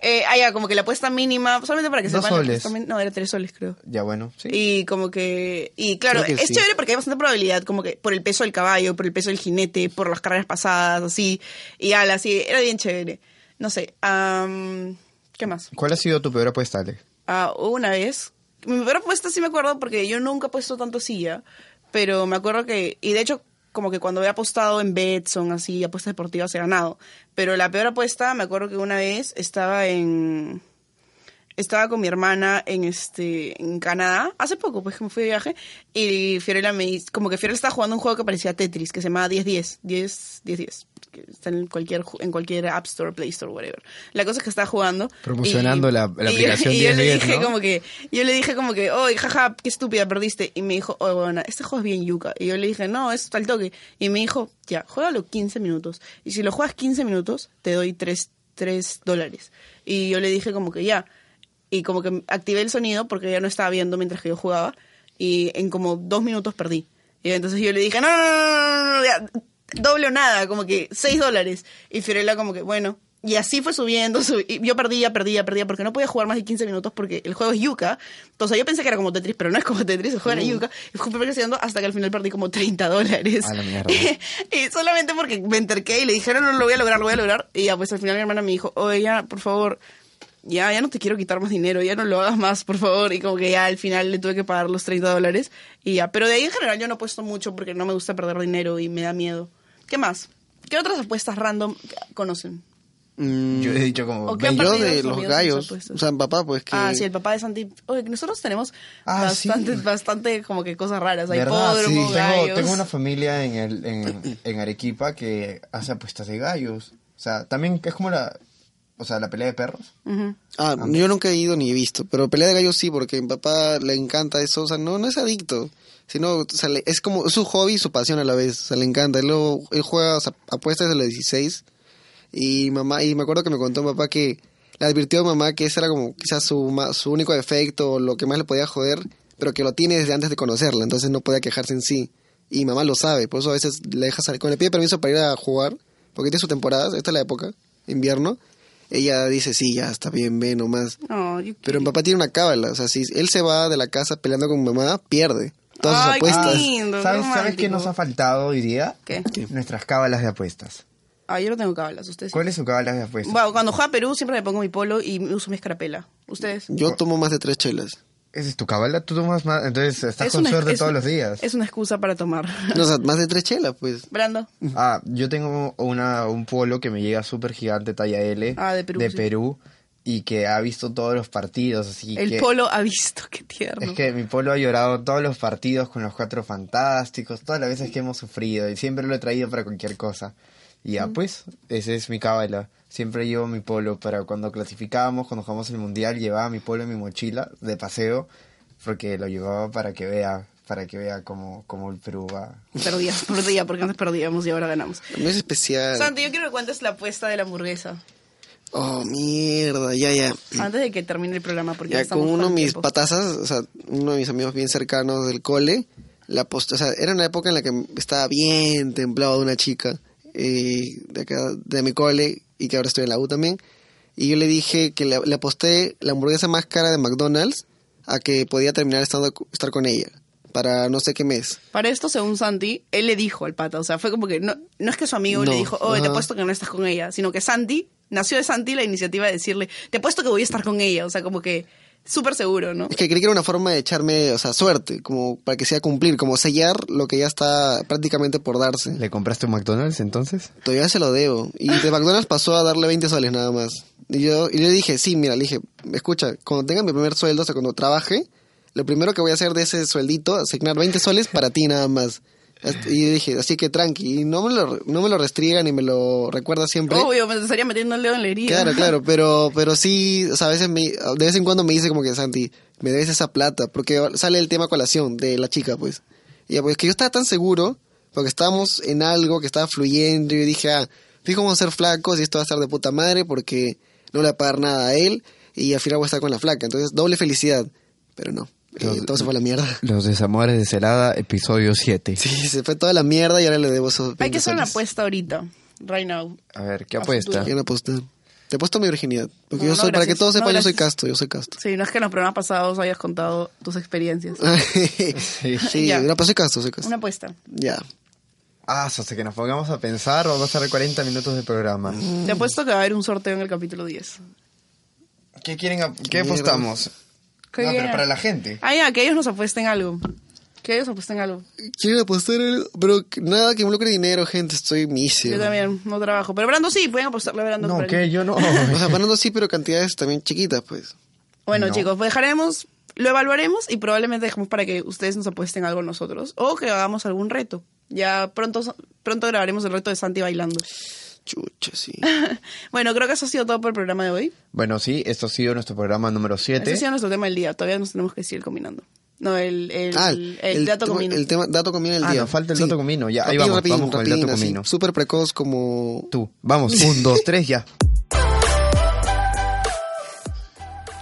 [SPEAKER 1] Eh, ah, ya, como que la apuesta mínima, solamente para que
[SPEAKER 2] Dos
[SPEAKER 1] sepan. la apuesta
[SPEAKER 2] soles.
[SPEAKER 1] min- No, era tres soles, creo.
[SPEAKER 2] Ya bueno, sí.
[SPEAKER 1] Y como que. Y claro,
[SPEAKER 2] Creo que
[SPEAKER 1] es
[SPEAKER 2] sí.
[SPEAKER 1] chévere porque hay bastante probabilidad, como que por el peso del caballo, por el peso del jinete, por las carreras pasadas, así. Y ala, así. Era bien chévere. No sé. am, ¿Qué más?
[SPEAKER 2] ¿Cuál ha sido tu peor apuesta, Ale?
[SPEAKER 1] Ah, una vez. Mi primera apuesta sí me acuerdo porque yo nunca he puesto tanto silla, pero me acuerdo que, y de hecho, como que cuando he apostado en Betson, así, apuestas deportivas he ganado. Pero la peor apuesta, me acuerdo que una vez estaba en. Estaba con mi hermana en este en Canadá, hace poco, pues que me fui de viaje, y Fiorella me dice- como que Fiorella estaba jugando un juego que parecía Tetris, que se llamaba 10-10, 10-10, que está en cualquier, ju- en cualquier App Store, Play Store, whatever. La cosa es que estaba jugando.
[SPEAKER 16] Promocionando la- la aplicación
[SPEAKER 1] y yo
[SPEAKER 16] 10
[SPEAKER 1] le
[SPEAKER 16] de 10,
[SPEAKER 1] dije
[SPEAKER 16] ¿no?
[SPEAKER 1] como que, yo le dije como que, oye, jaja, qué estúpida, perdiste. Y me dijo, oye, bueno, este juego es bien yuca. Y yo le dije, no, es tal toque. Y me dijo, ya, juégalo 15 minutos. Y si lo juegas 15 minutos, te doy 3, dólares. Y yo le dije como que ya. Y como que activé el sonido porque ya no estaba viendo mientras que yo jugaba. Y en como dos minutos perdí. Y entonces yo le dije, no, no, no, no, no, no, ya, doble o nada, como que seis dólares. Y Fiorella como que, bueno. Y así fue subiendo, subi- y yo perdía, perdía, perdía, porque no podía jugar más de 15 minutos porque el juego es yuca. Entonces yo pensé que era como Tetris, pero no es como Tetris, el juego
[SPEAKER 16] Uh.
[SPEAKER 1] era yuca. Y fue progresando hasta que al final perdí como 30 dólares.
[SPEAKER 16] A la mierda.
[SPEAKER 1] [laughs] y solamente porque me enterqué y le dije, no, no, lo voy a lograr, lo voy a lograr. Y ya, pues al final mi hermana me dijo, oye, ya, por favor, ya, ya no te quiero quitar más dinero, ya no lo hagas más, por favor. Y como que ya al final le tuve que pagar los 30 dólares y ya. Pero de ahí en general yo no apuesto mucho porque no me gusta perder dinero y me da miedo. ¿Qué más? ¿Qué otras apuestas random conocen?
[SPEAKER 2] Yo he dicho como...
[SPEAKER 1] ¿O qué han
[SPEAKER 3] Mm, Yo
[SPEAKER 1] perdido
[SPEAKER 3] de
[SPEAKER 1] sus
[SPEAKER 3] los
[SPEAKER 1] amigos en
[SPEAKER 3] gallos.
[SPEAKER 1] sus apuestas?
[SPEAKER 3] O sea, mi papá, pues que.
[SPEAKER 1] Ah, sí, el papá de Santi. Oye, nosotros tenemos
[SPEAKER 2] Ah, sí.
[SPEAKER 1] bastante, bastante como que cosas raras. Hay
[SPEAKER 2] ¿Verdad? Sí.
[SPEAKER 1] podromo,
[SPEAKER 2] Tengo,
[SPEAKER 1] gallos.
[SPEAKER 2] tengo una familia en, el, en, en Arequipa que hace apuestas de gallos. O sea, también es como la... O sea, la pelea de perros.
[SPEAKER 1] Ujú.
[SPEAKER 3] Ah, yo nunca he ido ni he visto, pero pelea de gallos sí, porque a mi papá le encanta eso, o sea, no, no es adicto, sino, o sea, le- es como su hobby y su pasión a la vez, o sea, le encanta, él, lo- él juega, o sea, apuesta desde los 16, y mamá, y me acuerdo que me contó mi papá que le advirtió a mamá que ese era como quizás su, ma- su único defecto, o lo que más le podía joder, pero que lo tiene desde antes de conocerla, entonces no podía quejarse en sí, y mamá lo sabe, por eso a veces le deja salir, cuando le pide permiso para ir a jugar, porque tiene sus temporadas, esta es la época, invierno, ella dice, sí, ya está bien, ve nomás.
[SPEAKER 1] No, yo-
[SPEAKER 3] Pero mi papá tiene una cábala, o sea, si él se va de la casa peleando con mi mamá, pierde todas sus
[SPEAKER 1] Ay, qué
[SPEAKER 3] apuestas.
[SPEAKER 1] lindo, qué
[SPEAKER 2] Ah, ¿Sabes, ¿Sabes qué
[SPEAKER 1] romántico.
[SPEAKER 2] nos ha faltado hoy día?
[SPEAKER 1] ¿Qué?
[SPEAKER 2] Nuestras cábalas de apuestas.
[SPEAKER 1] Ah, yo no tengo cabalas, ustedes. sí.
[SPEAKER 2] ¿Cuál es su cábala de apuestas?
[SPEAKER 1] Bueno, cuando juega Perú siempre me pongo mi polo y uso mi escarapela. ¿Ustedes?
[SPEAKER 3] Yo tomo más de tres chelas.
[SPEAKER 2] Esa es tu cábala, tú tomas más... Entonces estás con
[SPEAKER 1] una-
[SPEAKER 2] suerte
[SPEAKER 1] es
[SPEAKER 2] todos
[SPEAKER 1] una-
[SPEAKER 2] los días.
[SPEAKER 1] Es una excusa para tomar.
[SPEAKER 3] No, o sea, más de tres chelas, pues.
[SPEAKER 1] Brando.
[SPEAKER 2] Ah, yo tengo una, un polo que me llega súper gigante, talla L,
[SPEAKER 1] Ah, de Perú, sí.
[SPEAKER 2] Perú, y que ha visto todos los partidos. Así
[SPEAKER 1] El
[SPEAKER 2] que,
[SPEAKER 1] polo ha visto, qué tierno.
[SPEAKER 2] Es que mi polo ha llorado todos los partidos con los cuatro fantásticos, todas las veces que hemos sufrido, y siempre lo he traído para cualquier cosa. Y ya, pues, esa es mi cábala. Siempre llevo mi polo para cuando clasificábamos, cuando jugamos el mundial, llevaba mi polo en mi mochila de paseo, porque lo llevaba para que vea, para que vea cómo, cómo el Perú va.
[SPEAKER 1] Perdía,
[SPEAKER 3] [laughs]
[SPEAKER 1] perdía, porque antes perdíamos y ahora ganamos.
[SPEAKER 3] También es especial.
[SPEAKER 1] Santi, yo quiero que cuentes la apuesta de la hamburguesa.
[SPEAKER 3] Oh, mierda, ya, ya.
[SPEAKER 1] Antes de que termine el programa, porque ya
[SPEAKER 3] Ya, con
[SPEAKER 1] estamos
[SPEAKER 3] uno de
[SPEAKER 1] con
[SPEAKER 3] mis
[SPEAKER 1] tiempo.
[SPEAKER 3] patazas, o sea, uno de mis amigos bien cercanos del cole, la post o sea, era una época en la que estaba bien templado de una chica eh, de acá, de mi cole, y que ahora estoy en la U también, y yo le dije que le, le aposté la hamburguesa más cara de McDonald's a que podía terminar estando, estar con ella, para no sé qué mes.
[SPEAKER 1] Para esto, según Santi, él le dijo al pata. O sea, fue como que no, no es que su amigo le
[SPEAKER 3] No,
[SPEAKER 1] dijo, oh, te
[SPEAKER 3] ajá.
[SPEAKER 1] apuesto que no estás con ella, sino que Santi, nació de Santi la iniciativa de decirle, te apuesto que voy a estar con ella. O sea, como que súper seguro, ¿no?
[SPEAKER 3] Es que creí que era una forma de echarme, o sea, suerte, como para que sea cumplir, como sellar lo que ya está prácticamente por darse.
[SPEAKER 2] ¿Le compraste un McDonald's entonces?
[SPEAKER 3] Todavía se lo debo. Y de McDonald's pasó a darle 20 soles nada más. Y yo, y le dije, sí, mira, le dije, escucha, cuando tenga mi primer sueldo, o sea, cuando trabaje, lo primero que voy a hacer de ese sueldito, asignar 20 soles para ti nada más. As- Y dije, así que tranqui, y no me lo, no me lo restriega ni me lo recuerda siempre.
[SPEAKER 1] Obvio, me estaría metiendo el dedo en la herida.
[SPEAKER 3] Claro, claro, pero, pero sí, o sea, a veces me, de vez en cuando me dice como que Santi, me debes esa plata, porque sale el tema colación de la chica, pues. Y ya, pues que yo estaba tan seguro, porque estábamos en algo que estaba fluyendo, y yo dije, ah, fijo vamos a ser flacos y esto va a estar de puta madre porque no le voy a pagar nada a él y al final voy a estar con la flaca, entonces doble felicidad, pero no, eh, todo se fue a la mierda. [laughs]
[SPEAKER 16] Los desamores de Celada, episodio 7.
[SPEAKER 3] Sí, se fue toda la mierda y ahora le debo esos
[SPEAKER 1] [laughs] Hay que
[SPEAKER 3] 20
[SPEAKER 1] hacer una
[SPEAKER 3] soles.
[SPEAKER 1] apuesta ahorita, right now.
[SPEAKER 16] A ver, ¿qué
[SPEAKER 1] A futuro.
[SPEAKER 16] apuesta?
[SPEAKER 3] Yo no aposté. Te he puesto mi virginidad, porque
[SPEAKER 1] No,
[SPEAKER 3] yo
[SPEAKER 1] no,
[SPEAKER 3] soy, para que
[SPEAKER 1] gracias.
[SPEAKER 3] todos
[SPEAKER 1] No,
[SPEAKER 3] sepan, yo soy
[SPEAKER 1] gracias.
[SPEAKER 3] casto, yo soy casto.
[SPEAKER 1] Sí, no es que en los programas pasados hayas contado tus experiencias.
[SPEAKER 3] [laughs] sí,
[SPEAKER 1] Ya.
[SPEAKER 3] no, pero soy casto, soy casto.
[SPEAKER 1] Una apuesta.
[SPEAKER 3] Ya.
[SPEAKER 2] Ah, hasta que nos pongamos a pensar, vamos a estar 40 minutos de programa.
[SPEAKER 1] Te apuesto que va a haber un sorteo en el capítulo 10.
[SPEAKER 2] ¿Qué quieren? ap- ¿Qué apostamos?
[SPEAKER 1] Qué
[SPEAKER 2] no,
[SPEAKER 1] bien.
[SPEAKER 2] pero para la gente.
[SPEAKER 1] Ah, ya, que ellos nos apuesten algo. Que ellos apuesten algo.
[SPEAKER 3] Quiero apostar, el- pero que- nada que involucre dinero, gente, estoy misio.
[SPEAKER 1] Yo también no trabajo. Pero Brando sí, pueden apostarle a Brando. por
[SPEAKER 2] No,
[SPEAKER 1] el-
[SPEAKER 2] ¿qué? Yo no.
[SPEAKER 3] [laughs] O sea, poniendo sí, pero cantidades también chiquitas, pues.
[SPEAKER 1] Bueno,
[SPEAKER 2] No.
[SPEAKER 1] chicos, pues dejaremos, lo evaluaremos y probablemente dejemos para que ustedes nos apuesten algo nosotros o que hagamos algún reto. Ya pronto, pronto grabaremos el reto de Santi bailando.
[SPEAKER 3] Chucha, sí.
[SPEAKER 1] bueno, creo que eso ha sido todo por el programa de hoy.
[SPEAKER 16] [laughs] Bueno, sí, esto ha sido nuestro programa número
[SPEAKER 1] Ese ha
[SPEAKER 16] 7.
[SPEAKER 1] sido nuestro tema del día. Todavía nos tenemos que seguir combinando. No, el, [laughs] el,
[SPEAKER 3] Ah,
[SPEAKER 1] el, dato
[SPEAKER 3] tema-
[SPEAKER 1] comino.
[SPEAKER 3] El tema, dato comino del
[SPEAKER 16] Ah,
[SPEAKER 3] día.
[SPEAKER 16] nos falta el dato comino. Ya, ahí
[SPEAKER 3] Rapidín,
[SPEAKER 16] vamos,
[SPEAKER 3] rapidín,
[SPEAKER 16] vamos con el dato
[SPEAKER 3] rapidín, así,
[SPEAKER 16] comino.
[SPEAKER 3] Súper precoz como...
[SPEAKER 16] Tú, vamos, un,
[SPEAKER 3] [laughs]
[SPEAKER 16] dos, tres, ya.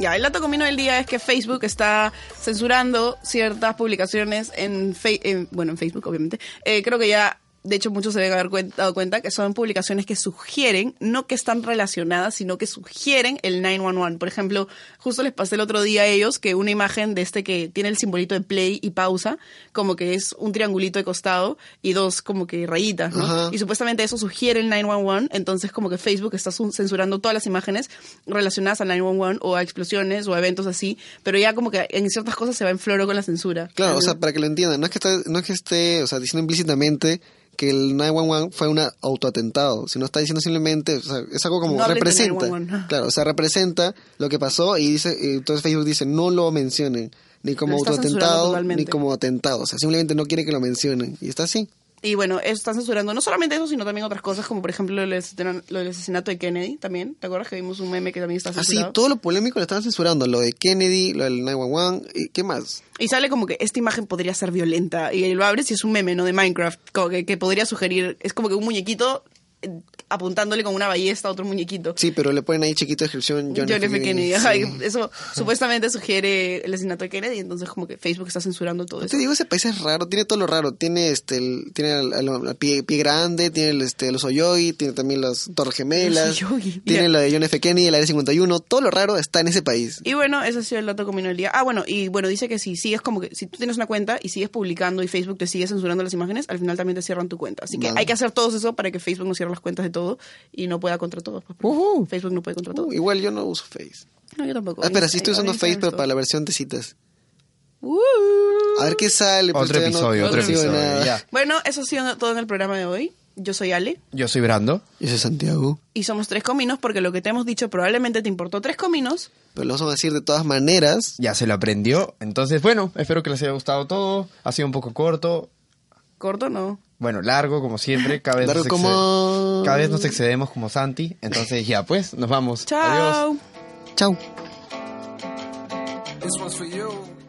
[SPEAKER 1] Ya, el dato comino del día es que Facebook está censurando ciertas publicaciones en, Fe- en- bueno, en Facebook, obviamente. Eh, creo que ya, de hecho, muchos se deben haber cuen- dado cuenta que son publicaciones que sugieren, no que están relacionadas, sino que sugieren el 911. Por ejemplo, justo les pasé el otro día a ellos que una imagen de este que tiene el simbolito de play y pausa, como que es un triangulito de costado y dos como que rayitas, ¿no?
[SPEAKER 3] Ajá.
[SPEAKER 1] Y supuestamente eso sugiere el 911, entonces como que Facebook está su- censurando todas las imágenes relacionadas al 911 o a explosiones o a eventos así, pero ya como que en ciertas cosas se va en floro con la censura.
[SPEAKER 3] Claro, o sea, para que lo entiendan, no es que, está- no es que esté, o sea, diciendo implícitamente que el 911 fue un autoatentado, sino está diciendo simplemente, o sea, es algo como
[SPEAKER 1] No hablen de
[SPEAKER 3] representa.
[SPEAKER 1] 911.
[SPEAKER 3] Claro, o sea, representa lo que pasó y dice, y entonces Facebook dice, no lo mencionen, ni como
[SPEAKER 1] Lo está censurando
[SPEAKER 3] autoatentado,
[SPEAKER 1] totalmente.
[SPEAKER 3] ni como atentado, o sea, simplemente no quiere que lo mencionen. Y está así.
[SPEAKER 1] Y bueno, eso están censurando no solamente eso, sino también otras cosas, como por ejemplo el asesinato, lo del asesinato de Kennedy también. ¿Te acuerdas que vimos un meme que también está
[SPEAKER 3] Así,
[SPEAKER 1] censurado?
[SPEAKER 3] todo lo polémico lo están censurando, lo de Kennedy, lo del 911, y ¿qué más?
[SPEAKER 1] Y sale como que esta imagen podría ser violenta. Y lo abres y es un meme, ¿no? De Minecraft. Como que, que podría sugerir. Es como que un muñequito eh, apuntándole con una ballesta a otro muñequito.
[SPEAKER 3] Sí, pero le ponen ahí chiquito descripción
[SPEAKER 1] John, F. Kennedy. ajá, y Eso supuestamente sugiere el asesinato de Kennedy. Entonces, como que Facebook está censurando todo
[SPEAKER 3] Yo
[SPEAKER 1] eso.
[SPEAKER 3] Te digo, ese país es raro, tiene todo lo raro. Tiene este el- tiene al- al- al pie, pie grande, tiene el, este, los Oyogi, tiene también las Torres Gemelas,
[SPEAKER 1] Los Oyogi.
[SPEAKER 3] tiene la de John F. Kennedy, el Área 51. Todo lo raro está en ese país.
[SPEAKER 1] Y bueno, ese ha sido el dato comino del día. Ah, bueno, y bueno, dice que si sigues como que, si tú tienes una cuenta y sigues publicando y Facebook te sigue censurando las imágenes, al final también te cierran tu cuenta. Así que
[SPEAKER 3] Vale.
[SPEAKER 1] hay que hacer todo eso para que Facebook no cierre las cuentas de todo y no pueda contra todos. pues, porque Facebook no puede contra todos.
[SPEAKER 3] Uh, igual yo no uso Face.
[SPEAKER 1] No, yo tampoco.
[SPEAKER 3] Ah, espera,
[SPEAKER 1] Ahí-
[SPEAKER 3] sí estoy
[SPEAKER 1] ahí-
[SPEAKER 3] usando
[SPEAKER 1] ahí
[SPEAKER 3] Face,
[SPEAKER 1] sabes
[SPEAKER 3] pero
[SPEAKER 1] todo.
[SPEAKER 3] para la versión de citas.
[SPEAKER 1] Uh.
[SPEAKER 3] A ver qué sale. pues,
[SPEAKER 16] Otro
[SPEAKER 3] todavía no-
[SPEAKER 16] episodio,
[SPEAKER 3] no
[SPEAKER 16] otro
[SPEAKER 3] consigo
[SPEAKER 16] episodio,
[SPEAKER 3] nada.
[SPEAKER 16] ya.
[SPEAKER 1] Bueno, eso ha sido todo en el programa de hoy. Yo soy Ale
[SPEAKER 16] Yo soy Brando.
[SPEAKER 3] Yo soy Santiago,
[SPEAKER 1] y somos tres cominos porque lo que te hemos dicho probablemente te importó tres cominos.
[SPEAKER 3] pero lo vamos a decir de todas maneras.
[SPEAKER 16] Ya se lo aprendió. Entonces, bueno, espero que les haya gustado todo. Ha sido un poco corto.
[SPEAKER 1] Corto no.
[SPEAKER 16] Bueno, largo, como siempre. Cada
[SPEAKER 2] [laughs]
[SPEAKER 16] vez,
[SPEAKER 3] Largo
[SPEAKER 16] nos,
[SPEAKER 3] como-
[SPEAKER 16] cada vez nos excedemos como Santi. Entonces, ya pues, nos vamos. Adiós.
[SPEAKER 1] Chao.
[SPEAKER 3] Chau.
[SPEAKER 12] This one's for you.